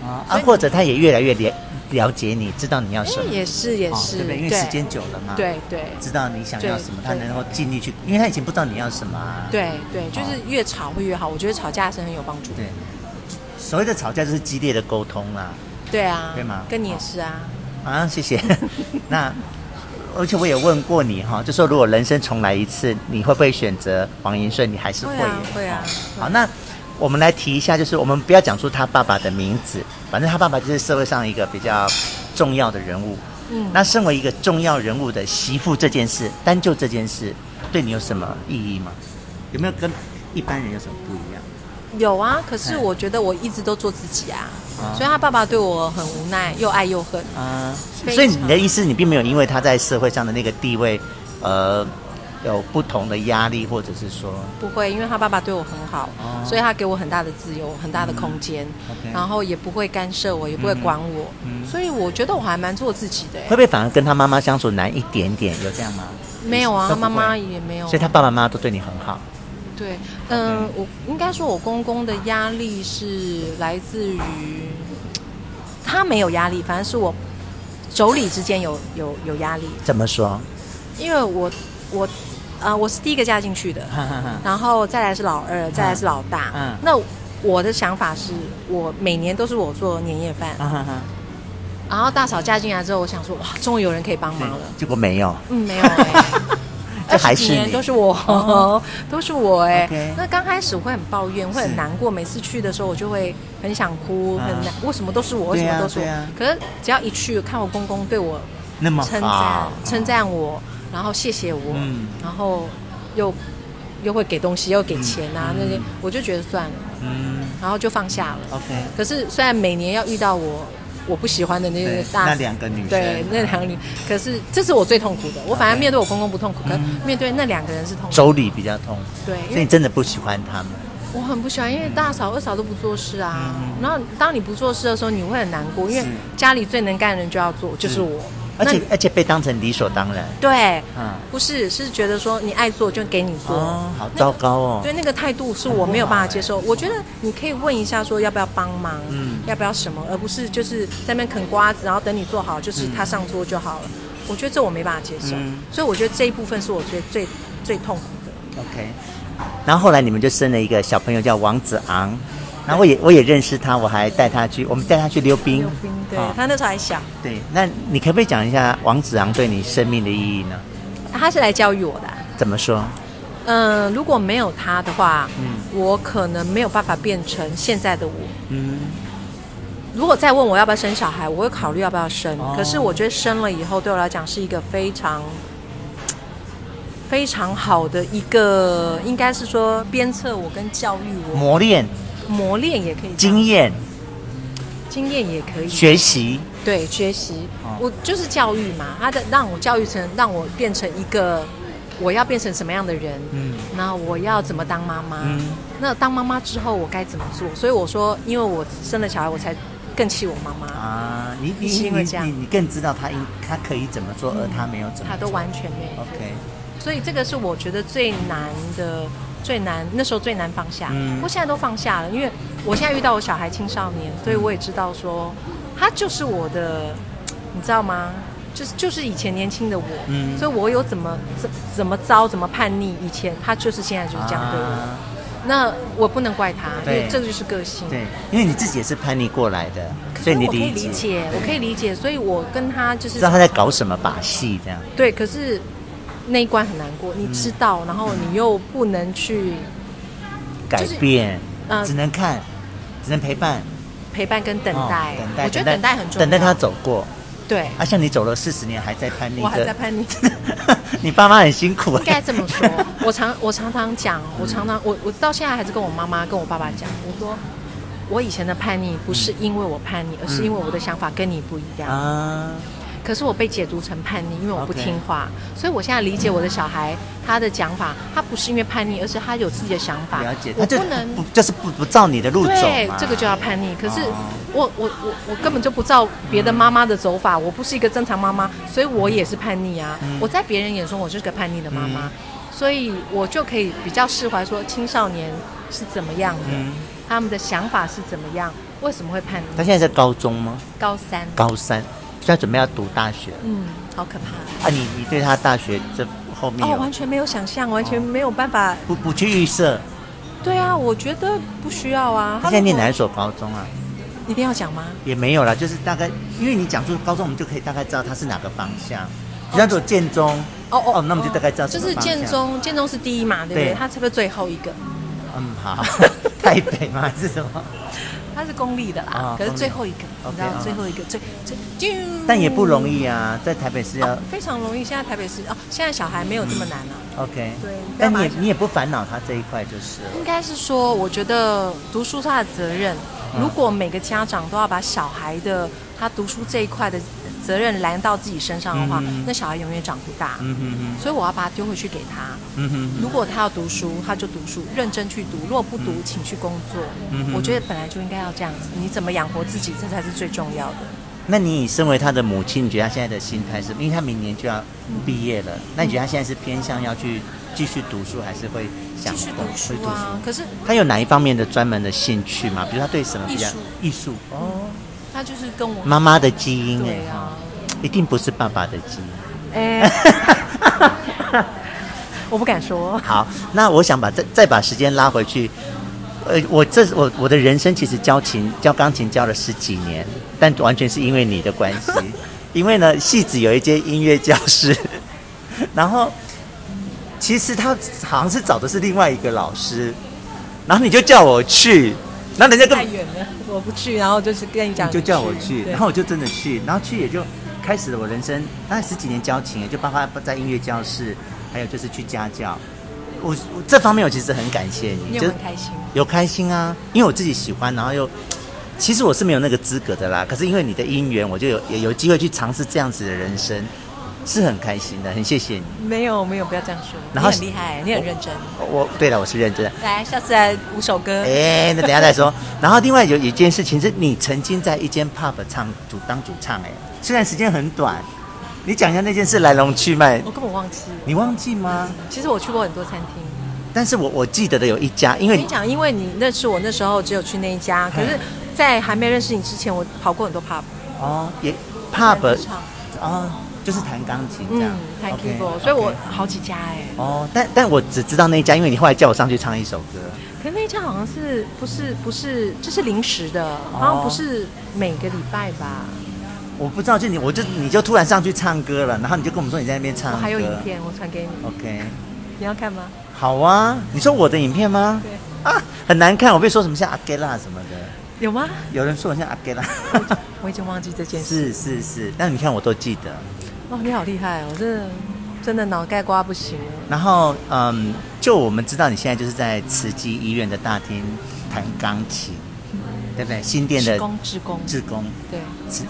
S1: 啊
S2: 所
S1: 啊，
S2: 以
S1: 或者他也越来越了了解你，知道你要什
S2: 哎
S1: 么，
S2: 也是也
S1: 哦
S2: 是，
S1: 对不对？因为时间啊久了嘛，，
S2: 对对
S1: 知道你想要什么，
S2: 对
S1: 他能够尽力去，因为他以前不知道你要什么、啊，
S2: 对对，就是越吵会越好。我觉得吵架是很有帮助的。
S1: 对。所谓的吵架就是激烈的沟通啦、
S2: 对啊，
S1: 对吗
S2: 跟你也是啊，
S1: 啊，谢 谢。那而且我也问过你哈，就说如果人生重来一次，你会不会选择王银顺？你还是会
S2: 会啊会啊
S1: 哦好，那我们来提一下，就是我们不要讲出他爸爸的名字，反正他爸爸就是社会上一个比较重要的人物。
S2: 嗯
S1: 那身为一个重要人物的媳妇这件事，单就这件事，对你有什么意义吗？有没有跟一般人有什么不一样？
S2: 有啊。可是
S1: 哎
S2: 我觉得我一直都做自己啊，
S1: 啊
S2: 所以他爸爸对我很无奈，又爱又恨。
S1: 啊、
S2: 非
S1: 所以
S2: 常
S1: 你的意思，你并没有因为他在社会上的那个地位，呃，有不同的压力，或者是说，
S2: 不会，因为他爸爸对我很好，
S1: 哦嗯
S2: 所以他给我很大的自由，很大的空间，
S1: OK
S2: 然后也不会干涉我，也不会管我，
S1: 嗯
S2: 所以我觉得我还蛮做自己的、
S1: 会不会反而跟他妈妈相处难一点点？有这样吗？
S2: 没有啊，
S1: 都
S2: 他
S1: 不
S2: 妈妈
S1: 会
S2: 也没有。
S1: 所以他爸爸妈妈都对你很好。
S2: 对，嗯、我应该说，我公公的压力是来自于他没有压力，反正是我妯娌之间有有有压力，
S1: 怎么说？
S2: 因为我我啊、我是第一个嫁进去的，
S1: 哈哈哈
S2: 然后再来是老二，再来是老大。
S1: 嗯
S2: 那我的想法是我每年都是我做年夜饭，
S1: 哈哈，
S2: 然后大嫂嫁进来之后，我想说哇，终于有人可以帮忙了。
S1: 结果没有，
S2: 嗯，没有、欸，
S1: 这还是
S2: 20几年
S1: 你哦
S2: 都是我，都是我哎、
S1: OK
S2: 那刚开始会很抱怨，会
S1: 是
S2: 很难过，每次去的时候我就会很想哭，
S1: 啊
S2: 很难，为什么都是我，为
S1: 对
S2: 什
S1: 啊
S2: 么都是我？
S1: 对啊
S2: 可是只要一去，看我公公对我
S1: 那么
S2: 称赞、
S1: 好，
S2: 称赞我，然后谢谢我，
S1: 嗯
S2: 然后又又会给东西，又给钱啊、
S1: 嗯
S2: 那些
S1: 嗯，
S2: 我就觉得算了，
S1: 嗯
S2: 然后就放下了。
S1: ，OK，
S2: 可是虽然每年要遇到我我不喜欢的那个
S1: 对，
S2: 大
S1: 那两个女生，
S2: 对，那两个女，可是这是我最痛苦的。我反而面对我公公不痛苦，可
S1: 嗯
S2: 面对那两个人是痛苦。
S1: 妯娌比较痛，
S2: 对，因
S1: 所以你
S2: 为
S1: 真的不喜欢他们。
S2: 我很不喜欢，因为大嫂、二嫂都不做事啊
S1: 嗯。
S2: 然后当你不做事的时候，你会很难过，因为
S1: 是
S2: 家里最能干的人就要做，就是我。
S1: 而
S2: 那
S1: 且
S2: 你啊
S1: 而且被当成理所当然，
S2: 对，
S1: 嗯，
S2: 不是是觉得说你爱做就给你做。
S1: 哦，好
S2: 那
S1: 糟糕哦，
S2: 对那个态度是我没有办法接受。我觉得你可以问一下，说要不要帮忙，
S1: 嗯
S2: 要不要什么，而不是就是在那边啃瓜子，然后等你做好，就是他上桌就好了。我觉得这我没办法接受，
S1: 嗯
S2: 所以我觉得这一部分是我觉得最最痛苦的。
S1: OK，然后后来你们就生了一个小朋友叫王子昂，然后我也我也认识他，我还带他去，我们带他去溜冰。
S2: 溜冰，对、
S1: 啊
S2: 他那时候还小，
S1: 对，那你可不可以讲一下王子昂对你生命的意义呢？
S2: 他是来教育我的啊、
S1: 怎么说？
S2: 嗯、如果没有他的话，
S1: 嗯
S2: 我可能没有办法变成现在的我。
S1: 嗯，
S2: 如果再问我要不要生小孩，我会考虑要不要生。
S1: 哦
S2: 可是我觉得生了以后，对我来讲是一个非常非常好的一个，应该是说鞭策我跟教育我，
S1: 磨练、
S2: 磨练也可以这样，
S1: 经验、
S2: 经验也可以，
S1: 学习，
S2: 对学习
S1: 哦。
S2: 我就是教育嘛，他的让我教育成，让我变成一个我要变成什么样的人，
S1: 嗯
S2: 那我要怎么当妈妈？
S1: 嗯
S2: 那当妈妈之后我该怎么做？所以我说，因为我生了小孩，我才更气我妈妈。
S1: 啊，你你
S2: 是
S1: 你
S2: 因为这样嗯
S1: 你你更知道他应他可以怎么做，而他没有怎么
S2: 他
S1: 做。
S2: 都完全没有。
S1: OK，
S2: 所以这个是我觉得最难的，最难那时候最难放下。
S1: 嗯
S2: 我现在都放下了，因为我现在遇到我小孩青少年，所以我也知道说他就是我的。你知道吗？就是就是以前年轻的我，
S1: 嗯
S2: 所以我有怎么怎怎么糟怎么叛逆，以前他就是现在就是这样对我，
S1: 啊
S2: 那我不能怪他，因
S1: 对
S2: 为这就是个性。
S1: 对，因为你自己也是叛逆过来的，
S2: 可
S1: 所
S2: 是
S1: 以你
S2: 我可以
S1: 理
S2: 理
S1: 解，
S2: 解，我可以理解，所以我跟他就是
S1: 知道他在搞什么把戏这样。
S2: 对，可是那一关很难过，你知道，然后你又不能去
S1: 改
S2: 就是
S1: 变，
S2: 嗯
S1: 只能看，只能陪伴，
S2: 陪伴跟等
S1: 哦，
S2: 待
S1: 等待，
S2: 我觉得等待很重要，
S1: 等待他走过。
S2: 对。
S1: 啊，像你走了四十年还在叛逆，
S2: 我还
S1: 这
S2: 在叛逆，
S1: 你爸妈很辛苦。啊
S2: 应该这么说。我常我常常讲，
S1: 嗯
S2: 我常常我我到现在还是跟我妈妈跟我爸爸讲，我说我以前的叛逆不是因为我叛逆，而是因为我的想法跟你不一 样。
S1: 嗯啊，
S2: 可是我被解读成叛逆，因为我不
S1: OK
S2: 听话所以我现在理解我的小孩他的讲法，他不是因为叛逆，而是他有自己的想法。
S1: 了解，他
S2: 我
S1: 就
S2: 不能
S1: 不就是不不照你的路走
S2: 对
S1: 嘛，
S2: 这个就要叛逆。可是
S1: 哦嗯
S2: 我我我我根本就不照别的妈妈的走法，我不是一个正常妈妈，所以我也是叛逆啊。
S1: 嗯
S2: 我在别人眼中我就是个叛逆的妈妈，所以我就可以比较释怀，说青少年是怎么样的，
S1: 嗯，
S2: 他们的想法是怎么样，为什么会叛
S1: 他
S2: 逆？
S1: 现在在高中吗？
S2: 高三，
S1: 高三，现在准备要读大学
S2: 嗯，好可怕
S1: 啊！你你对他大学这后面
S2: 哦，
S1: 有哦
S2: 完全没有想象，完全没有办法。
S1: 不不去预设？
S2: 对啊，我觉得不需要啊。
S1: 他现在念
S2: 如果
S1: 哪一所高中啊？
S2: 一定要讲吗？
S1: 也没有啦，就是大概，因为你讲出高中，我们就可以大概知道他是哪个方向。比方说建中，
S2: 哦
S1: 哦那我们就大概知道
S2: 就
S1: 什么
S2: 是
S1: 方向
S2: 建中，建中是第一嘛，对不
S1: 对
S2: 对？他是不是最后一个？
S1: 嗯， 好，台北吗？还是什么？
S2: 他是公立的啦，
S1: 啊
S2: 可是
S1: 公立
S2: 最后一个，你知
S1: OK，
S2: 道
S1: 啊
S2: 最后一个最最就，
S1: 但也不容易啊，在台北是要
S2: 哦，非常容易。现在台北市哦，现在小孩没有这么难啊了、
S1: OK，
S2: 对你不要
S1: 但你也
S2: 把它
S1: 你也不烦恼他这一块就是了
S2: 应该是说，我觉得读书是他的责任。
S1: 嗯
S2: 如果每个家长都要把小孩的他读书这一块的责任揽到自己身上的话，
S1: 嗯
S2: 那小孩永远长不大。
S1: 嗯哼
S2: 所以我要把它丢回去给他。
S1: 哼，嗯哼
S2: 如果他要读书，他就读书，认真去读；如果不读，请去工作。
S1: 嗯哼
S2: 我觉得本来就应该要这样子，你怎么养活自己，这才是最重要的。
S1: 哼。那你身为他的母亲，你觉得他现在的心态是？因为他明年就要嗯毕业了，那你觉得他现在是偏向要去继续读书，还是会想
S2: 继续读
S1: 会
S2: 书
S1: 会
S2: 啊，可是
S1: 他有哪一方面的专门的兴趣吗？比如他对什么比较
S2: 艺术
S1: 艺术哦，
S2: 他就是跟我
S1: 妈妈的基因哎
S2: 对、啊，
S1: 一定不是爸爸的基因。
S2: 哎、 我不敢说，
S1: 好，那我想把再再把时间拉回去。呃，我这我我的人生其实教琴教钢琴教了十几年，但完全是因为你的关系。因为呢，戏子有一间音乐教室， 然后其实他好像是找的是另外一个老师，然后你就叫我去，然后人家根
S2: 太
S1: 本
S2: 远了，我不去，然后就是跟你讲，
S1: 你就叫我去，
S2: 对
S1: 然后我就真的去，然后去也就开始了我人生大概十几年交情，就包括在音乐教室，还有就是去家教。我我这方面我其实很感谢
S2: 你
S1: 你，
S2: 有
S1: 就是
S2: 没有开心？
S1: 有开心啊，因为我自己喜欢，然后又其实我是没有那个资格的啦，可是因为你的姻缘，我就有也有机会去尝试这样子的人生，是很开心的，很谢谢你。
S2: 没有没有，不要这样说，你
S1: 然后
S2: 很厉害，你很认真。
S1: 我对了，我是认真的。
S2: 来，下次来五首歌。
S1: 哎，那等一下再说。然后另外有一件事情是你曾经在一间 pub 唱主当主唱，哎，虽然时间很短，你讲一下那件事来龙去脉，
S2: 我根本忘记了，
S1: 你忘记吗？
S2: 其实我去过很多餐厅。
S1: 但是我我记得的有一家，因
S2: 我
S1: 为
S2: 跟你讲，因为你认识我那时候只有去那一家，可是，在还没认识你之前，我跑过很多 pub
S1: 哦也 pub
S2: 唱
S1: 哦，就是弹钢琴这样
S2: 嗯，，弹
S1: OK，
S2: keyboard，所以我
S1: OK
S2: 好几家哎。
S1: 哦，但但我只知道那一家，因为你后来叫我上去唱一首歌，
S2: 可那一家好像是不是不是，这是临时的，好像不是每个礼拜吧。
S1: 我不知道就你我就你就突然上去唱歌了，然后你就跟我们说你在那边唱
S2: 我
S1: 歌，
S2: 哦还有影片，我传给你，
S1: ，OK。
S2: 你要看吗？
S1: 好啊，你说我的影片吗？对啊，很难看，我被说什么像阿盖拉什么的，
S2: 有吗？
S1: 有人说我像阿盖拉，
S2: 我已经忘记这件事。
S1: 是是是，但你看我都记得。
S2: 哦，你好厉害哦，我真的真的脑盖瓜不行了。
S1: 然后嗯，就我们知道你现在就是在慈济医院的大厅弹钢琴，对不对？新店的
S2: 职工，职工，
S1: 志工，
S2: 对，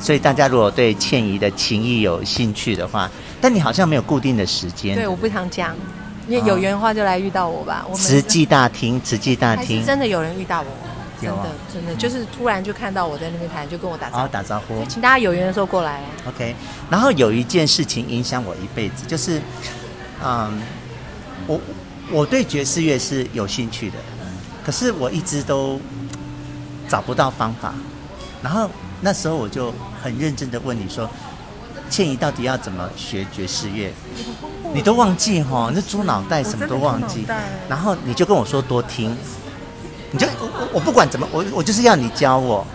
S1: 所以大家如果对倩怡的情谊有兴趣的话，但你好像没有固定的时间。
S2: 对，我不常讲，
S1: 哦
S2: 因为有缘的话就来遇到我吧。我们
S1: 慈济大厅，慈济大
S2: 还是
S1: 厅，
S2: 真的有人遇到我，真
S1: 啊有啊
S2: 的真的就是突然就看到我在那边弹，就跟我打招
S1: 好
S2: 呼。
S1: 打招呼
S2: 所以。请大家有缘的时候过来。啊
S1: OK，然后有一件事情影响我一辈子，就是，嗯，我我对爵士乐是有兴趣的，可是我一直都找不到方法。然后那时候我就很认真的问你说，倩怡到底要怎么学爵士乐？你都忘记哈，那猪脑袋什么都忘
S2: 我真
S1: 记
S2: 的猪脑袋。
S1: 然后你就跟我说多听，你就我我我不管怎么，我我就是要你教我。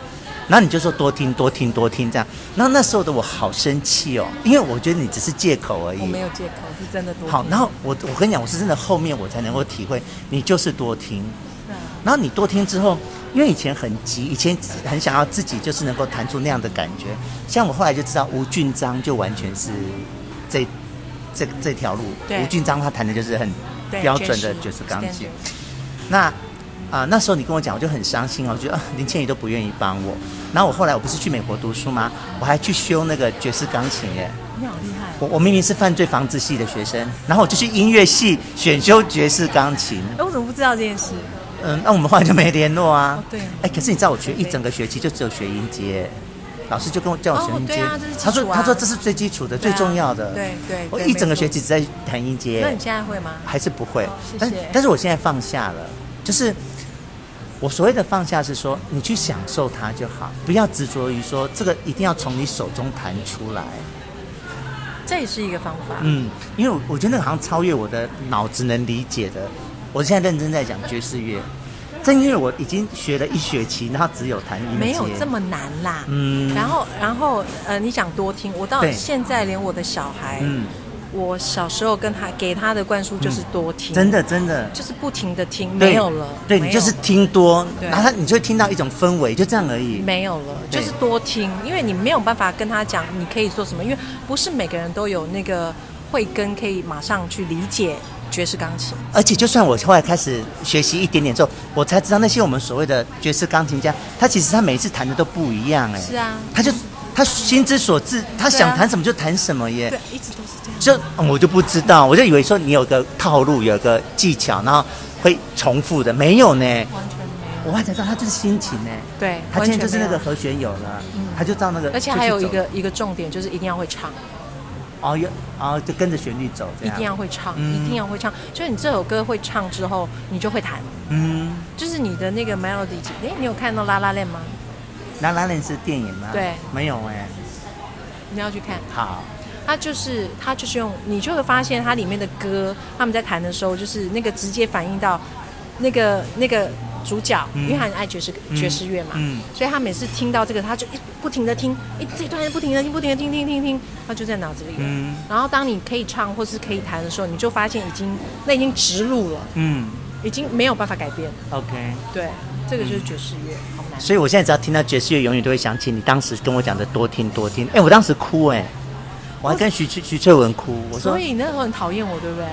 S1: 然后你就说多听多听多听这样。然后那时候的我好生气哦，因为我觉得你只是借口而已。
S2: 我没有借口，是真的多。
S1: 好，然后我我跟你讲，我是真的后面我才能够体会，你就是多听。
S2: 对啊
S1: 然后你多听之后，因为以前很急，以前很想要自己就是能够弹出那样的感觉。像我后来就知道吴俊章就完全是这这这条路。
S2: 对
S1: 吴俊章他弹的就是很
S2: 对
S1: 标准的爵
S2: 爵
S1: 士
S2: 士
S1: 钢琴
S2: standard。
S1: 那啊、那时候你跟我讲，我就很伤心哦，我觉得、啊、林倩怡都不愿意帮我。然后我后来我不是去美国读书吗？我还去修那个爵士钢琴耶。
S2: 你好厉害哦。
S1: 我我明明是犯罪防治系的学生，然后我就去音乐系选修爵士钢琴。
S2: 哎，我怎么不知道这件事？
S1: 嗯，那我们后来就没联络啊。
S2: 哦对
S1: 哎，可是你知道我学一整个学期就只有学音阶，老师就跟我叫我学音阶。
S2: 哦对啊这是基础啊
S1: 他说他说这是最基础的、最
S2: 对啊
S1: 重要的。
S2: 对对
S1: 我
S2: 对
S1: 一整个
S2: 没错
S1: 学期只在弹音阶。
S2: 那你现在会吗？
S1: 还是不会。
S2: 哦谢谢
S1: 但是但是我现在放下了，就是我所谓的放下是说，你去享受它就好，不要执着于说这个一定要从你手中弹出来。
S2: 这也是一个方法。
S1: 嗯，因为我我觉得那个好像超越我的脑子能理解的。我现在认真在讲爵士乐，正因为我已经学了一学期，然后只有弹音阶，
S2: 没有这么难啦。
S1: 嗯
S2: 然后，然后，呃，你想多听，我到
S1: 对
S2: 现在连我的小孩，
S1: 嗯
S2: 我小时候跟他给他的灌输就是多听，
S1: 真的真的。
S2: 就是不停的听，
S1: 对
S2: 没有了，
S1: 对
S2: 没
S1: 你
S2: 有
S1: 就是听多，
S2: 对
S1: 然后他你就会听到一种氛围，就这样而已。
S2: 没有了，
S1: 对
S2: 就是多听，因为你没有办法跟他讲你可以做什么，因为不是每个人都有那个慧根可以马上去理解爵士钢琴。
S1: 而且，就算我后来开始学习一点点之后，我才知道那些我们所谓的爵士钢琴家，他其实他每一次弹的都不一样哎。
S2: 是啊
S1: 他就他心之所至，他想弹什么就弹什么耶。
S2: 对，一直都是这样。
S1: 就、嗯我就不知道，我就以为说你有个套路，有个技巧，然后会重复的，没有呢。
S2: 完全没有。
S1: 我后来才知道他就是心情呢。
S2: 对，
S1: 他今天就是那个
S2: 完全没
S1: 和
S2: 有
S1: 弦有嗯了，他就照那个。
S2: 而且还有一
S1: 就去走
S2: 个一个重点就是一定要会唱。
S1: 哦，有哦，就跟着旋律走这
S2: 一
S1: 样。
S2: 定要会唱，
S1: 嗯
S2: 一定要会唱。就是你这首歌会唱之后，你就会弹，
S1: 嗯，
S2: 就是你的那个 melody。哎，你有看到《拉拉链》吗？
S1: 那拉链是电影吗？
S2: 对
S1: 没有哎。
S2: 你要去看，
S1: 好，
S2: 它就是它就是用，你就会发现它里面的歌，他们在弹的时候，就是那个直接反映到那个那个主角，
S1: 嗯
S2: 因为他很爱爵士爵士乐嘛，
S1: 嗯
S2: 所以他每次听到这个，他就一不停的听，一这一段不停的听，不停的听听听听，他就在脑子里了。
S1: 嗯
S2: 然后当你可以唱或是可以弹的时候，你就发现已经那已经植入了，
S1: 嗯
S2: 已经没有办法改变。
S1: ，OK。
S2: 对，这个就是爵士乐，好难。
S1: 所以我现在只要听到爵士乐，永远都会想起你当时跟我讲的多听多听。哎、我当时哭哎、我还跟徐徐徐翠文哭，我说
S2: 所以你那时候很讨厌我，对不对？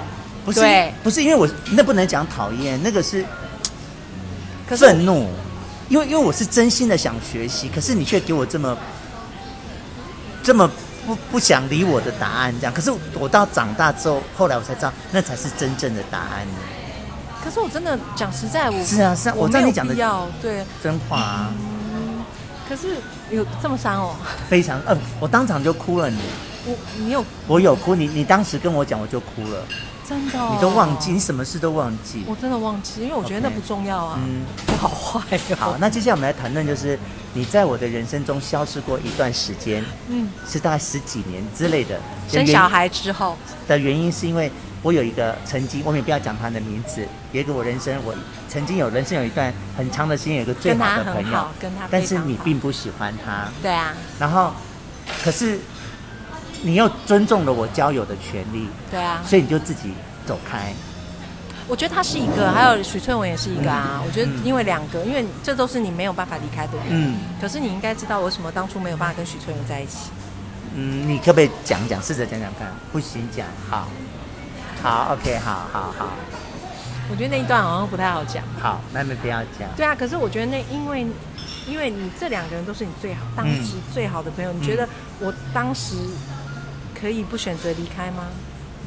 S1: 不是
S2: 对
S1: 不是因为我那不能讲讨厌，那个是
S2: 可是
S1: 愤怒，因为因为我是真心的想学习，可是你却给我这么这么不不想理我的答案这样。可是我到长大之后，后来我才知道那才是真正的答案。
S2: 可是我真的讲实在，我
S1: 是啊是啊我
S2: 我
S1: 知道
S2: 没有
S1: 你讲的
S2: 必要对，
S1: 真话、啊、
S2: 可是有这么伤哦，
S1: 非常，嗯、我当场就哭了你。
S2: 我你有
S1: 我有哭，你你当时跟我讲我就哭了，
S2: 真的、哦，
S1: 你都忘记，你，什么事都忘记。
S2: 我真的忘记，因为我觉
S1: OK
S2: 得那不重要啊。
S1: 嗯，
S2: 我好坏哦。
S1: 好，那接下来我们来谈论就是你在我的人生中消失过一段时间，
S2: 嗯，
S1: 是大概十几年之类的。
S2: 生
S1: 的
S2: 小
S1: 原
S2: 孩之后，
S1: 的原因是因为我有一个曾经，我们也不要讲他的名字，有一个我人生我曾经有人生有一段很长的时间有一个最好的
S2: 跟他
S1: 朋
S2: 很
S1: 友
S2: 好，跟他非常
S1: 但是你
S2: 好
S1: 并不喜欢他，
S2: 对啊，
S1: 然后可是你又尊重了我交友的权利，
S2: 对啊，
S1: 所以你就自己走开。
S2: 我觉得他是一个，还有许翠文也是一个啊。我觉得因为两个，因为这都是你没有办法离开的人。
S1: 嗯。
S2: 可是你应该知道，我为什么当初没有办法跟许翠文在一起。
S1: 嗯，你可不可以讲讲，试着讲讲看？不行讲，好，好，OK，好好好
S2: 我觉得那一段好像不太好讲。
S1: 好，那你不要讲，
S2: 对啊，可是我觉得那因为，因为你这两个人都是你最好当时
S1: 嗯
S2: 最好的朋友，你觉得我当时可以不选择离开吗？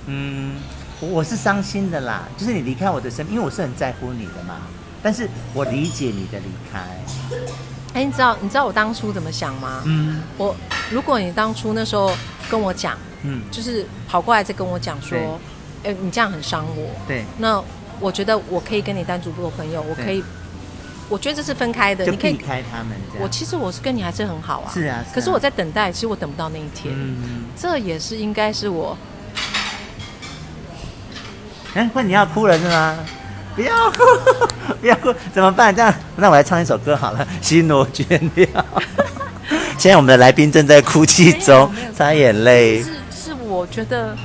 S1: 嗯，我我是伤心的啦，就是你离开我的身边，因为我是很在乎你的嘛，但是我理解你的离开，
S2: 哎，你知道你知道我当初怎么想吗？
S1: 嗯
S2: 我如果你当初那时候跟我讲，
S1: 嗯，
S2: 就是跑过来再跟我讲说
S1: 对，
S2: 哎，你这样很伤我。
S1: 对，
S2: 那我觉得我可以跟你单独做朋友，我可以我觉得这是分开的，
S1: 就
S2: 你可
S1: 避
S2: 以。
S1: 开他们这样。
S2: 我其实我是跟你还是很好啊，
S1: 是啊是啊
S2: 可是我在等待，其实我等不到那一天，
S1: 嗯，
S2: 这也是应该是我
S1: 哎，换你要哭了是吗？不要哭， 不要哭，怎么办？这样，那我来唱一首歌好了，《心如倦了》。现在我们的来宾正在哭泣中
S2: 没有没有，
S1: 擦眼泪
S2: 是。是我觉得，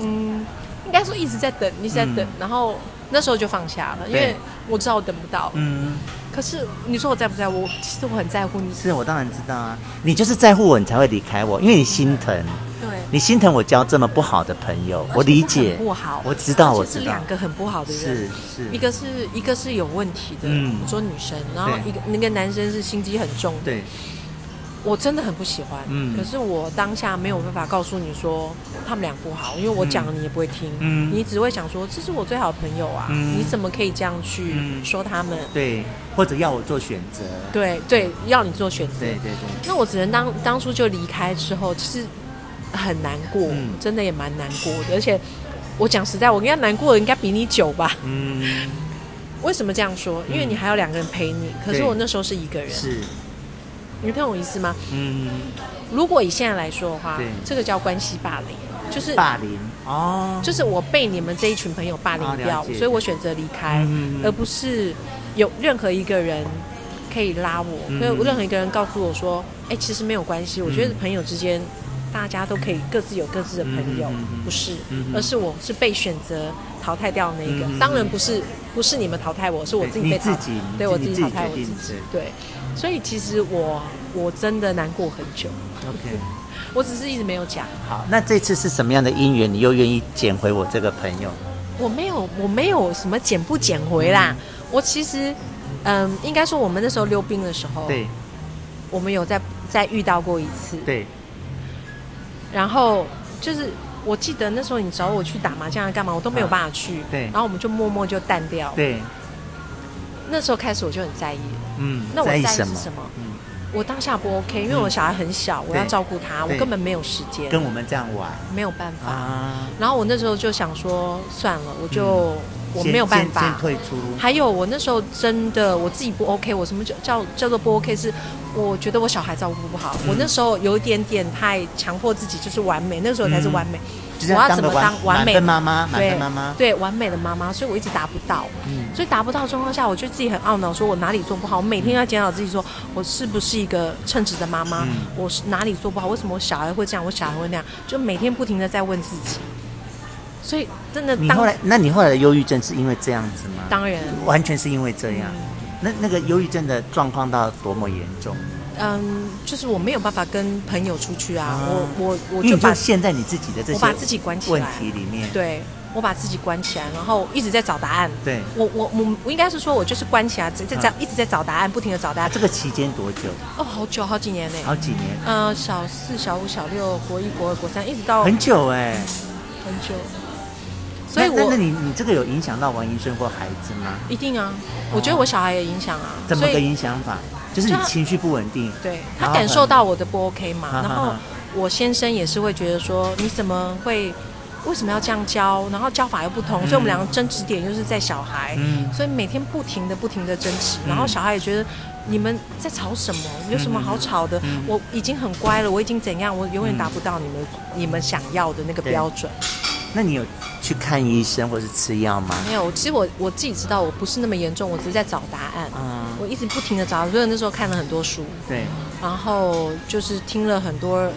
S2: 嗯，应该说一直在等，一直在等，
S1: 嗯
S2: 然后那时候就放下了，因为
S1: 对
S2: 我知道我等不到。
S1: 嗯，
S2: 可是你说我在不在乎？我其实我很在乎你。
S1: 是我当然知道啊，你就是在乎我，你才会离开我，因为你心疼，
S2: 对，
S1: 你心疼我交这么不好的朋友，我理解
S2: 而且他很，不好，
S1: 我知道，
S2: 而且
S1: 我
S2: 是
S1: 知道
S2: 两，个很不好的人，
S1: 是是，
S2: 一个是一个是有问题的，
S1: 嗯
S2: 我说女生，然后
S1: 对
S2: 一个那个男生是心机很重的，
S1: 对，
S2: 我真的很不喜欢。
S1: 嗯
S2: 可是我当下没有办法告诉你说他们俩不好，因为我讲了你也不会听，
S1: 嗯
S2: 你只会想说这是我最好的朋友啊，
S1: 嗯
S2: 你怎么可以这样去
S1: 嗯
S2: 说他们？
S1: 对，或者要我做选择，
S2: 对对，要你做选择。
S1: 对对对，
S2: 那我只能当当初就离开之后，其实很难过，
S1: 嗯
S2: 真的也蛮难过的。而且我讲实在，我应该难过的应该比你久吧？
S1: 嗯，
S2: 为什么这样说？因为你还有两个人陪你，可是
S1: 对
S2: 我那时候是一个人，
S1: 是，
S2: 你懂我意思吗？
S1: 嗯，
S2: 如果以现在来说的话
S1: 对，
S2: 这个叫关系霸凌，就是
S1: 霸凌哦，
S2: 就是我被你们这一群朋友霸凌
S1: 哦
S2: 掉，
S1: 了解
S2: 所以我选择离开，
S1: 嗯嗯嗯
S2: 而不是有任何一个人可以拉我，
S1: 嗯
S2: 没有任何一个人告诉我说，哎、其实没有关系，我觉得朋友之间。大家都可以各自有各自的朋友，
S1: 嗯嗯嗯嗯
S2: 不是，
S1: 嗯嗯
S2: 而是我是被选择淘汰掉的那一个。
S1: 嗯嗯嗯
S2: 当然不是，不是你们淘汰我，是我自己被淘汰
S1: 你自己，
S2: 对
S1: 你
S2: 我
S1: 自己
S2: 淘汰我
S1: 决
S2: 自
S1: 定
S2: 己
S1: 是。
S2: 对，所以其实我我真的难过很久，
S1: OK，
S2: 我只是一直没有讲。
S1: 好，那这次是什么样的因缘，你又愿意捡回我这个朋友？
S2: 我没有，我没有什么捡不捡回啦。我其实，嗯，应该说我们那时候溜冰的时候，
S1: 对
S2: 我们有再再遇到过一次。
S1: 对，
S2: 然后就是我记得那时候你找我去打麻将干嘛，我都没有
S1: 啊
S2: 办法去。
S1: 对
S2: 然后我们就默默就淡掉。。
S1: 对，
S2: 那时候开始我就很在意了，
S1: 嗯，
S2: 那我在
S1: 在
S2: 意
S1: 意
S2: 是
S1: 什么？
S2: 什么
S1: 嗯，
S2: 我当下不 OK，因为我小孩很小，我要
S1: 对
S2: 照顾他，我
S1: 对
S2: 根本没有时间，
S1: 跟我们这样玩
S2: 没有办法。
S1: 啊，
S2: 然后我那时候就想说，算了，我就、我没有
S1: 嗯先
S2: 办
S1: 先
S2: 法
S1: 先。退出。
S2: 还有我那时候真的我自己不 OK，我什么叫叫叫做不 OK 是，我觉得我小孩照顾不好，
S1: 嗯
S2: 我那时候有一点点太强迫自己就是完美，那时候才是完美，
S1: 嗯就是
S2: 我要
S1: 当
S2: 怎
S1: 个
S2: 么当
S1: 完
S2: 完
S1: 满
S2: 美
S1: 分妈妈，满
S2: 对
S1: 分妈妈，
S2: 对完美的妈妈，所以我一直达不到，
S1: 嗯
S2: 所以达不到的状况下，我就自己很懊恼，说我哪里做不好，我每天要检讨自己说我是不是一个称职的妈妈，
S1: 嗯
S2: 我是哪里做不好，为什么我小孩会这样，我小孩会那样，就每天不停的在问自己，所以真的
S1: 你
S2: 当
S1: 后来，那你后来的忧郁症是因为这样子吗？
S2: 当然。
S1: 完全是因为这样。那那个忧郁症的状况到多么严重？
S2: 嗯，就是我没有办法跟朋友出去啊，
S1: 啊
S2: 我我我
S1: 因为
S2: 就
S1: 你就
S2: 把
S1: 陷在你自己的这
S2: 我
S1: 些
S2: 把自己关起
S1: 问
S2: 来，
S1: 题里面。
S2: 对我把自己关起来，然后一直在找答案。
S1: 对
S2: 我我我我应该是说，我就是关起来，在在在一直在找答案，不停的找答
S1: 啊，
S2: 案。
S1: 这个期间多久？
S2: 哦，好久好几年呢、
S1: 好几年，
S2: 呃，小四、小五、小六、国一、国二、国三，一直到很
S1: 很久哎、
S2: 久。所以
S1: 那那
S2: 我
S1: 那你你这个有影响到王医生或孩子吗？
S2: 一定啊，我觉得我小孩也影响啊，
S1: 怎么
S2: 所
S1: 个
S2: 以
S1: 影响法？就是
S2: 就
S1: 你
S2: 他
S1: 情绪不稳定，
S2: 对
S1: 然
S2: 他
S1: 后
S2: 感
S1: 很
S2: 受到我的不 OK 嘛，
S1: 哈哈
S2: 然后
S1: 哈
S2: 我先生也是会觉得说，你怎么会，为什么要这样教？然后教法又不同，
S1: 嗯
S2: 所以我们两个争执点就是在小孩，
S1: 嗯
S2: 所以每天不停的不停的争执，
S1: 嗯
S2: 然后小孩也觉得你们在吵什么？有什么好吵的？
S1: 嗯嗯嗯
S2: 我已经很乖了，我已经怎样？我永远达不到你们、你们想要的那个
S1: 对
S2: 标准。
S1: 那你有去看医生或是吃药吗？
S2: 没有，其实我我自己知道我不是那么严重，我只是在找答案。
S1: 嗯，
S2: 我一直不停的找，所以那时候看了很多书，
S1: 对，
S2: 然后就是听了很多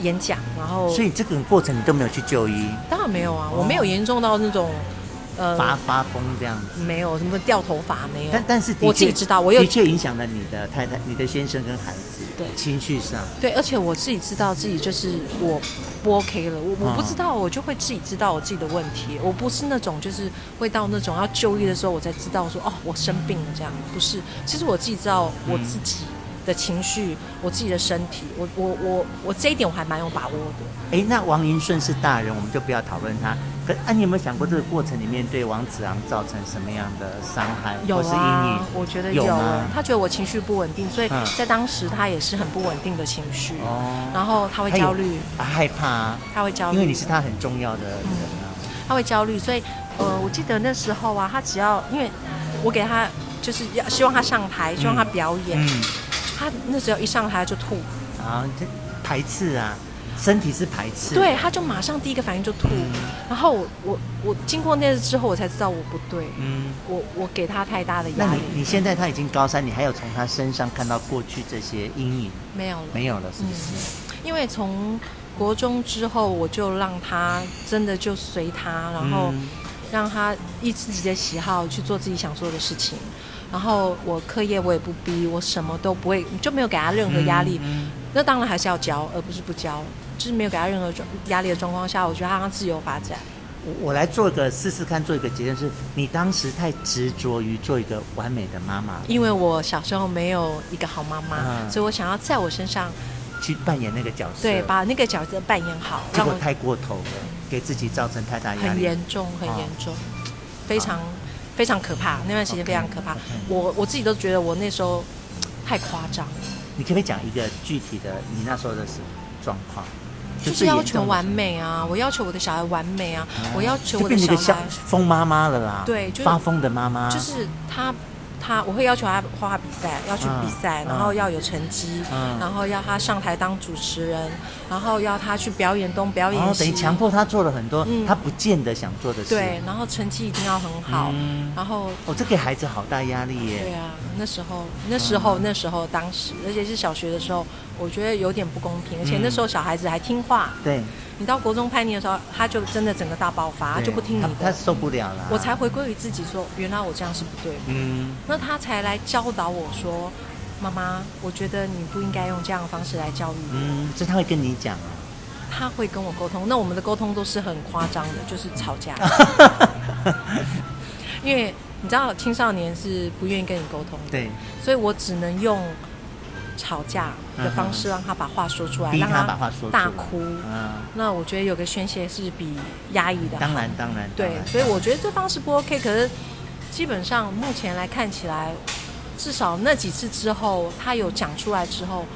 S2: 演讲，然后
S1: 所以这个过程你都没有去就医，
S2: 当然没有啊，
S1: 哦
S2: 我没有严重到那种，呃，
S1: 发发疯这样子。
S2: 没有什么掉头发没有，
S1: 但但是的确
S2: 我自己知道，我有
S1: 的确影响了你的太太、你的先生跟孩子，
S2: 对
S1: 情绪上，
S2: 对，而且我自己知道自己就是我不 OK 了，我我
S1: 嗯
S2: 不知道，我就会自己知道我自己的问题，我不是那种就是会到那种要就医的时候我才知道说哦我生病了这样，不是，其实我自己知道我自己的情绪，我自己的身体，我我我我这一点我还蛮有把握的，
S1: 哎，那王银顺是大人，我们就不要讨论他。可啊，你有没有想过这个过程里面对王子昂造成什么样的伤害
S2: 有
S1: 或是阴
S2: 啊
S1: 影？，
S2: 我觉得
S1: 有
S2: 有
S1: 吗
S2: 啊，他觉得我情绪不稳定，所以
S1: 嗯
S2: 在当时他也是很不稳定的情绪，
S1: 哦
S2: 然后啊他会
S1: 他有
S2: 焦虑。
S1: 啊，害怕啊，
S2: 他会焦虑，
S1: 因为你是他很重要的人啊。
S2: 他会焦虑，所以呃，我记得那时候啊，他只要因为我给他就是要希望他上台，希望他表演。
S1: 嗯，
S2: 他那时候一上台就吐，
S1: 啊，这排斥啊，身体是排斥，
S2: 对，他就马上第一个反应就吐。
S1: 嗯
S2: 然后我我我经过那次之后，我才知道我不对，
S1: 嗯。
S2: 我我给他太大的
S1: 那
S2: 压
S1: 你
S2: 力，
S1: 你现在他已经高三，你还有从他身上看到过去这些阴影
S2: 没有了。
S1: 没有了，是不是？
S2: 因为从国中之后，我就让他真的就随他，然后
S1: 嗯
S2: 让他依自己的喜好去做自己想做的事情。然后我课业我也不逼，我什么都不会，就没有给他任何压力。
S1: 嗯
S2: 那当然还是要教，而不是不教，就是没有给他任何状压力的状况下，我觉得他让他自由发展。嗯
S1: 我我来做个试试看，做一个结论是，你当时太执着于做一个完美的妈妈，
S2: 因为我小时候没有一个好妈妈，
S1: 嗯
S2: 所以我想要在我身上
S1: 去扮演那个角色，
S2: 对把那个角色扮演好，
S1: 结
S2: 让
S1: 果
S2: 我
S1: 太过头了，给自己造成太大压
S2: 很
S1: 力
S2: 严。重，很
S1: 哦
S2: 严重，非常非常可怕。那段时间非常可怕
S1: OK，OK，
S2: 我我自己都觉得我那时候太夸张，
S1: 你可不可以讲一个具体的你那时候的什么状况？
S2: 就是
S1: 最严
S2: 要
S1: 重的时
S2: 求
S1: 候
S2: 完，美啊，我要求我的小孩完美啊，
S1: 啊
S2: 我要求
S1: 嗯就
S2: 我的
S1: 变成一个啊
S2: 小
S1: 像
S2: 孩
S1: 疯妈妈了啦，
S2: 对就是
S1: 发疯的妈妈，
S2: 就是他。他我会要求他画画比赛，要去比赛，
S1: 嗯
S2: 然后
S1: 嗯
S2: 要有成绩，
S1: 嗯
S2: 然后要他上台当主持人，然后要他去表演东表演
S1: 然
S2: 西，
S1: 后哦等于强迫她做了很多
S2: 嗯
S1: 她不见得想做的事。
S2: 对，然后成绩一定要很好，
S1: 嗯
S2: 然后
S1: 哦，这给孩子好大压力
S2: 对
S1: 耶。
S2: 啊，那时候那时
S1: 嗯
S2: 候、那时候当时，而且是小学的时候，我觉得有点不公
S1: 嗯
S2: 平，而且那时候小孩子还听话，
S1: 对，
S2: 你到国中叛逆的时候，他就真的整个大爆发，他
S1: 对
S2: 啊就不听你
S1: 他他啊
S2: 的。
S1: 受不了了。
S2: 我才回归于自己说，原来我这样是不对的，
S1: 嗯
S2: 那他才来教导我说，妈妈，我觉得你不应该用这样的方式来教育我。
S1: 嗯，所以他会跟你 讲啊。
S2: 他会跟我沟通，那我们的沟通都是很夸张的，就是吵架。
S1: 嗯
S2: 因为你知道青少年是不愿意跟你沟通的，
S1: 对，
S2: 所以我只能用吵架的方式让他把话说出来，
S1: 嗯逼
S2: 让
S1: 他把话说出来。
S2: 大哭。
S1: 嗯，
S2: 那我觉得有个宣泄是比压抑的好
S1: 当然当然。当
S2: 对，
S1: 然
S2: 所以我觉得这方式不 OK。可是基本上目前来看起来，至少那几次之后，他有讲出来之后，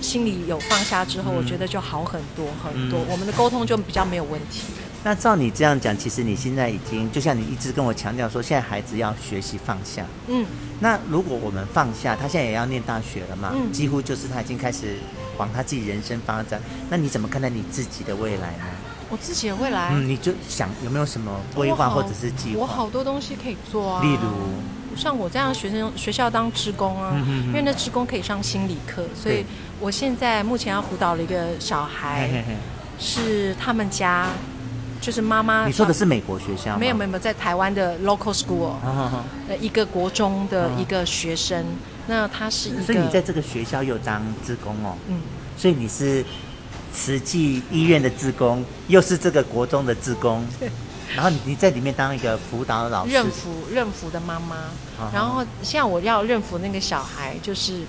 S2: 心里有放下之后，
S1: 嗯
S2: 我觉得就好很多很多。
S1: 嗯
S2: 我们的沟通就比较没有问题。
S1: 那照你这样讲，其实你现在已经就像你一直跟我强调说，现在孩子要学习放下。
S2: 嗯，
S1: 那如果我们放下，他现在也要念大学了嘛，
S2: 嗯
S1: 几乎就是他已经开始往他自己人生发展。那你怎么看待你自己的未来呢？
S2: 我自己的未来，
S1: 嗯，你就想有没有什么规
S2: 我
S1: 划
S2: 好
S1: 或者是计
S2: 我
S1: 划？
S2: 好多东西可以做啊，
S1: 例如。
S2: 像我这样的学生学校当职工啊，
S1: 嗯哼哼
S2: 因为那职工可以上心理课，所以
S1: 对
S2: 我现在目前要辅导的一个小孩
S1: 嘿嘿嘿
S2: 是他们家，就是妈妈
S1: 你说的是美国学校吗？
S2: 没有没有没有在台湾的 local school，
S1: 哦。哦
S2: 呃，一个国中的
S1: 嗯
S2: 一个学生，那他是一
S1: 哦
S2: 个，
S1: 所以你在这个学校又当志工哦，
S2: 嗯，
S1: 所以你是慈济医院的志工，又是这个国中的志 工，然后你你在里面当一个辅导老师，
S2: 认福认福的妈妈，
S1: 嗯
S2: 然后像我要认福那个小孩，就是，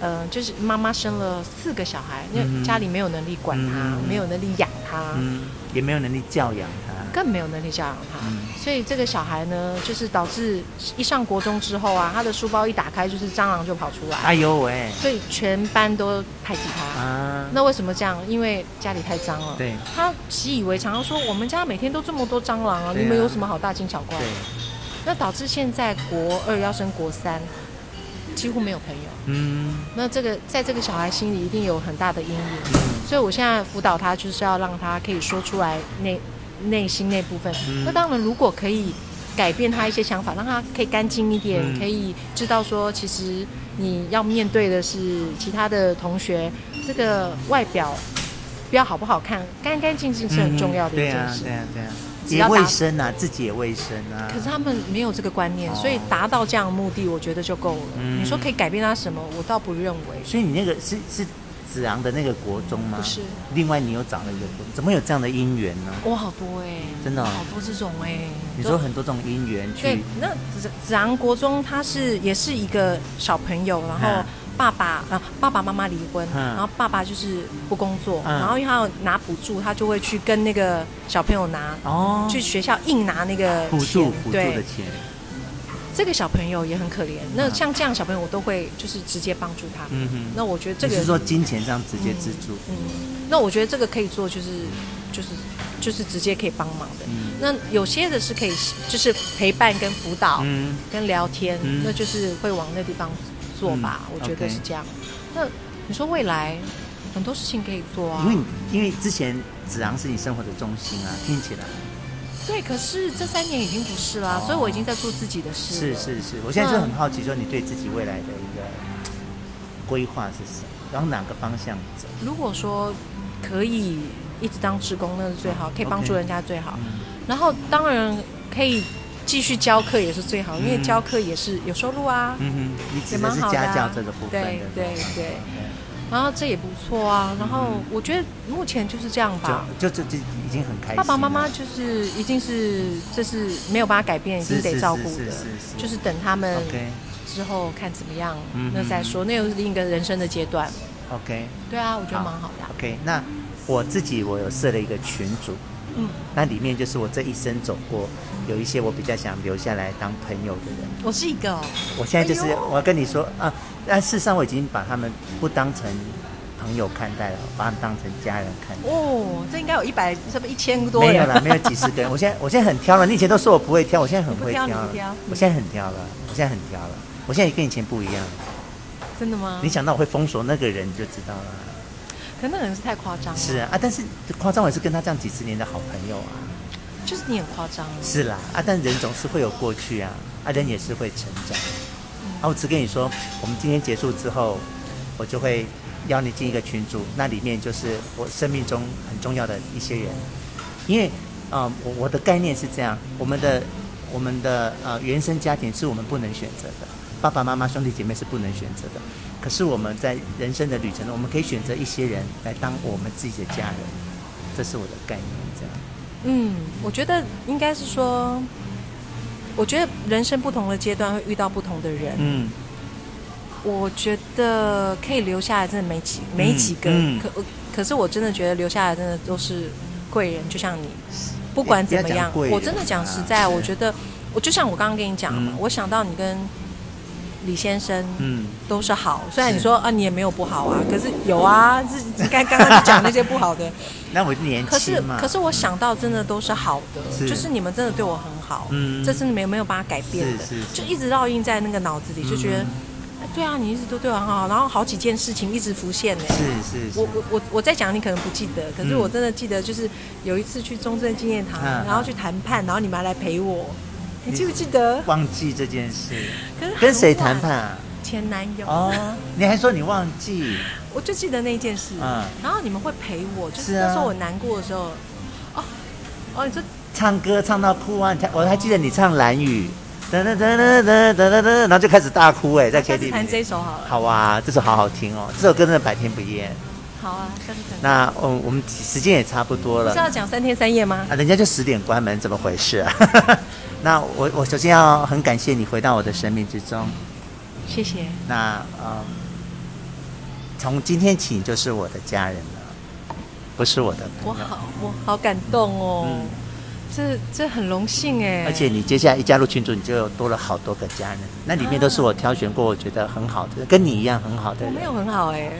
S2: 呃，就是妈妈生了四个小孩，那、
S1: 嗯
S2: 家里没有能力管他，
S1: 嗯
S2: 没有能力养他，
S1: 嗯，也没有能力教养他，
S2: 更没有能力教养他。
S1: 嗯
S2: 所以这个小孩呢，就是导致一上国中之后啊，他的书包一打开就是蟑螂就跑出来，
S1: 哎呦喂，
S2: 所以全班都排挤他。
S1: 啊，
S2: 那为什么这样？因为家里太脏了。
S1: 对
S2: 他习以为常，他说我们家每天都这么多蟑螂啊，
S1: 对啊
S2: 你们有什么好大惊小怪
S1: 对
S2: 的？，那导致现在国二要升国三，几乎没有朋友。
S1: 嗯，
S2: 那这个在这个小孩心里一定有很大的阴影，所以我现在辅导他就是要让他可以说出来内内心那部分。
S1: 嗯
S2: 那当然，如果可以改变他一些想法，让他可以干净一点，
S1: 嗯
S2: 可以知道说其实你要面对的是其他的同学，这个外表不要好不好看，干干净净是很重要的一
S1: 对
S2: 件
S1: 啊，
S2: 事。
S1: 对啊，对啊，
S2: 只
S1: 也
S2: 要打
S1: 卫生啊，自己也卫生啊，
S2: 可是他们没有这个观念，
S1: 哦
S2: 所以达到这样的目的，我觉得就够了。
S1: 嗯
S2: 你说可以改变他什么，我倒不认为。
S1: 所以你那个是是子昂的那个国中吗？
S2: 不是，
S1: 另外你又找了一个国，怎么有这样的姻缘呢？
S2: 哇，好多哎、
S1: 真的哦
S2: 好多这种哎、
S1: 你说很多这种姻缘
S2: 对
S1: 去，，
S2: 那子子昂国中他是也是一个小朋友，然后
S1: 嗯
S2: 爸爸啊、爸爸妈妈离婚，
S1: 嗯
S2: 然后爸爸就是不工作，
S1: 嗯
S2: 然后因为他要拿补助，他就会去跟那个小朋友拿。
S1: 哦，
S2: 去学校硬拿那个
S1: 补助
S2: 钱
S1: 补助的
S2: 对，
S1: 钱，
S2: 这个小朋友也很可怜。那
S1: 嗯
S2: 像这样小朋友，我都会就是直接帮助他。
S1: 嗯哼，
S2: 那我觉得这
S1: 就
S2: 个
S1: 是说金钱上直接资助，
S2: 嗯，那我觉得这个可以做，就是就是就是直接可以帮忙的。
S1: 嗯
S2: 那有些的是可以就是陪伴跟辅导，
S1: 嗯
S2: 跟聊天，
S1: 嗯
S2: 那就是会往那地方做吧，
S1: 嗯
S2: 我觉得
S1: OK
S2: 是这样。那你说未来很多事情可以做啊
S1: 因，为你因为之前子昂是你生活的重心啊，听起来
S2: 对，可是这三年已经不是啦，
S1: 哦
S2: 所以我已经在做自己的事。
S1: 是，是是，我现在就很好奇，说你对自己未来的一个规划是什么，然后哪个方向走？
S2: 如果说可以一直当职工，那是最好，可以帮
S1: 嗯 OK
S2: 助人家最好。
S1: 嗯
S2: 然后当然可以继续教课也是最好，因为
S1: 嗯
S2: 教课也是有收入啊。
S1: 嗯哼，你指
S2: 也
S1: 的
S2: 蛮
S1: 是
S2: 好的啊
S1: 家教这个部分
S2: 对
S1: 的，啊
S2: 对对
S1: OK
S2: 然后这也不错啊。然后
S1: 嗯
S2: 我觉得目前就是这样吧。
S1: 就就就就已经很开心了。啊
S2: 爸爸妈妈就是一定是这是没有办法改变，一
S1: 是
S2: 定得照顾
S1: 是是
S2: 的
S1: 是是，
S2: 就是等他们
S1: OK
S2: 之后看怎么样
S1: 嗯，
S2: 那再说，那又是另一个人生的阶段。
S1: OK
S2: 对啊，我觉得蛮好的啊。
S1: OK，那我自己我有设了一个群组，
S2: 嗯，
S1: 那里面就是我这一生走过，有一些我比较想留下来当朋友的人。
S2: 我是一个哦，
S1: 我现在就是、
S2: 哎呦
S1: 我跟你说啊，但事实上我已经把他们不当成朋友看待了，把他们当成家人看待。
S2: 哦，这应该有一百什么一千多
S1: 没有
S2: 人
S1: 啦，没有几十个人。我现在我现在很挑了，你以前都说我不会挑，我现在很
S2: 你不
S1: 会挑
S2: 挑你不
S1: 了。
S2: 挑
S1: 我现在很挑了，我现在很挑了。我现在跟以前不一样了。
S2: 嗯真的吗
S1: 你？想到我会封锁那个人，你就知道了。
S2: 可那个人是太夸张了，
S1: 是啊，啊但是夸张我也是跟他这样几十年的好朋友啊。
S2: 就是你很夸张。
S1: 是啦，啊，但人总是会有过去啊，啊，人也是会成长。啊，我只跟你说，我们今天结束之后，我就会邀你进一个群组，那里面就是我生命中很重要的一些人，因为，啊，我我的概念是这样，我们的我们的呃原生家庭是我们不能选择的，爸爸妈妈、兄弟姐妹是不能选择的，可是我们在人生的旅程中，我们可以选择一些人来当我们自己的家人，这是我的概念，这样。
S2: 嗯，我觉得应该是说，我觉得人生不同的阶段会遇到不同的人。
S1: 嗯，
S2: 我觉得可以留下来，真的没几没几个。
S1: 嗯
S2: 可可是我真的觉得留下来真的都是贵人，就像你，不管怎么
S1: 不要
S2: 样
S1: 讲，贵人
S2: 我真的讲实在，
S1: 啊
S2: 我觉得我就像我刚刚跟你讲的嘛，
S1: 嗯
S2: 我想到你跟李先生。
S1: 嗯。
S2: 都是好，虽然
S1: 是
S2: 你说啊，你也没有不好啊，可是有啊，是你刚刚刚讲那些不好的，
S1: 那我年
S2: 可是
S1: 轻嘛，嗯
S2: 可是我想到真的都是好的，
S1: 是
S2: 就是你们真的对我很好，
S1: 嗯
S2: 这是没有没有办法改变的，
S1: 是是是
S2: 就一直烙印在那个脑子里，就觉得、
S1: 嗯
S2: 哎对啊，你一直都对我很好，然后好几件事情一直浮现呢。
S1: 是是是，
S2: 我我我我在讲，你可能不记得，可是
S1: 嗯
S2: 我真的记得，就是有一次去中正纪念堂，
S1: 嗯
S2: 然后去谈判，然后你们还来陪我，你
S1: 你
S2: 记不记得？
S1: 忘记这件事，
S2: 可是
S1: 跟谁
S2: 很晚
S1: 谈判？啊？
S2: 前男友。
S1: 哦，你还说你忘记，
S2: 我就记得那一件事，
S1: 嗯
S2: 然后你们会陪我，就是
S1: 是啊
S2: 那时候我难过的时候，哦哦，你说
S1: 唱歌唱到哭啊！你
S2: 哦
S1: 才我还记得你唱《蓝雨》，噔噔噔噔噔噔噔噔，然后就开始大哭哎，在
S2: 下次弹
S1: KTV
S2: 这
S1: 里。
S2: 首好了，
S1: 好啊，这首好好听哦，这首歌真的百听不厌。
S2: 好啊，下次弹。
S1: 那呃嗯，我们时间也差不多
S2: 不
S1: 了
S2: 是，啊要讲三天三夜吗？
S1: 啊，人家就十点关门，怎么回事啊？ 那我我首先要很感谢你回到我的生命之中，
S2: 谢谢，
S1: 那嗯，从今天起你就是我的家人了，不是我的
S2: 我
S1: 朋友。
S2: 好，我好感动哦，
S1: 嗯
S2: 这这很荣幸哎，
S1: 而且你接下来一加入群组，你就有多了好多个家人，那里面都是我挑选过，我觉得很好的，跟你一样很好的
S2: 我
S1: 人
S2: 没。有很好哎，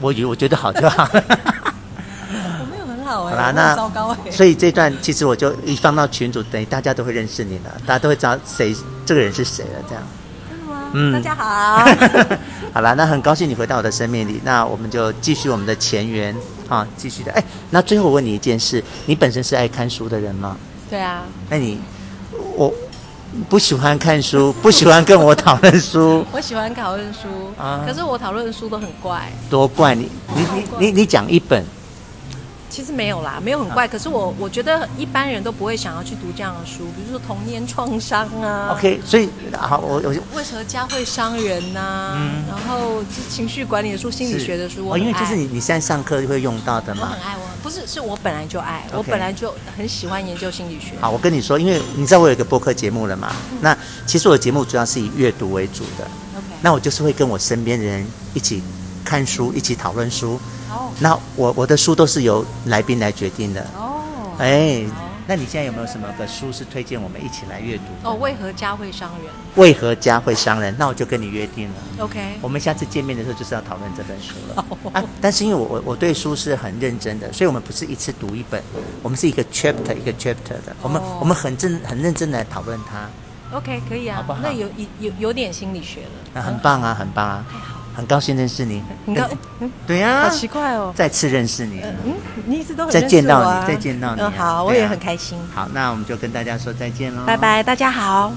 S1: 我以为我觉得好就 好。
S2: 我没有很好哎，
S1: 好啦，
S2: 我
S1: 那
S2: 很糟糕哎，
S1: 所以这段其实我就一放到群组，等于大家都会认识你了，大家都会知道谁这个人是谁了，这样。
S2: 真的吗？
S1: 嗯
S2: 大家好，
S1: 好啦，那很高兴你回到我的生命里，那我们就继续我们的前缘啊，继续的。哎，那最后我问你一件事，你本身是爱看书的人吗？
S2: 对啊，
S1: 那你，我不喜欢看 书，不喜欢跟我讨论书，
S2: 我喜欢讨论书
S1: 啊，
S2: 可是我讨论的书都很怪，
S1: 多怪你！你你你你讲一本，
S2: 其实没有啦，没有很怪。
S1: 啊
S2: 可是我我觉得一般人都不会想要去读这样的书，比如说童年创伤啊
S1: OK，所以好，我我
S2: 为什么家会伤人呐、
S1: 嗯
S2: 然后这情绪管理的书、心理学的书，
S1: 哦，
S2: 我很
S1: 因
S2: 爱。
S1: 为
S2: 嗯
S1: 就是你你现在上课就会用到的
S2: 我
S1: 嘛
S2: 很。爱我，不是是我本来就爱
S1: OK
S2: 我本来就很喜欢研究心理学。
S1: 好，我跟你说，因为你知道我有一个播客节目了嘛，
S2: 嗯
S1: 那其实我的节目主要是以阅读为主的，
S2: OK，
S1: 那我就是会跟我身边的人一起看书，一起讨论书。
S2: 哦
S1: 那我我的书都是由来宾来决定的，
S2: 哦，
S1: 哎，那你现在有没有什么个书是推荐我们一起来阅读的？
S2: 哦，为何家会伤人
S1: 为何家会伤人？那我就跟你约定了。
S2: ？OK，
S1: 我们下次见面的时候就是要讨论这本书
S2: 哦
S1: 了啊！但是因为我我我对书是很认真的，所以我们不是一次读一本，我们是一个 chapter 一个 chapter 的，我们、
S2: 哦
S1: 我们很正很认真的讨论它，
S2: OK，可以啊，
S1: 好不好
S2: 那有有有点心理学了，嗯
S1: 那很哎棒啊，很棒啊！很高兴认识你，
S2: 哦哎你看，嗯，
S1: 对呀、
S2: 好奇怪哦，
S1: 再次认识你，
S2: 嗯，你一直都很
S1: 再
S2: 认识
S1: 见到
S2: 我啊
S1: 你，再见到你、
S2: 嗯，好，我
S1: 对啊
S2: 也很开心，
S1: 好，那我们就跟大家说再见喽，
S2: 拜。拜，大家好。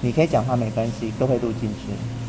S1: 你可以讲话没关系，都会录进去。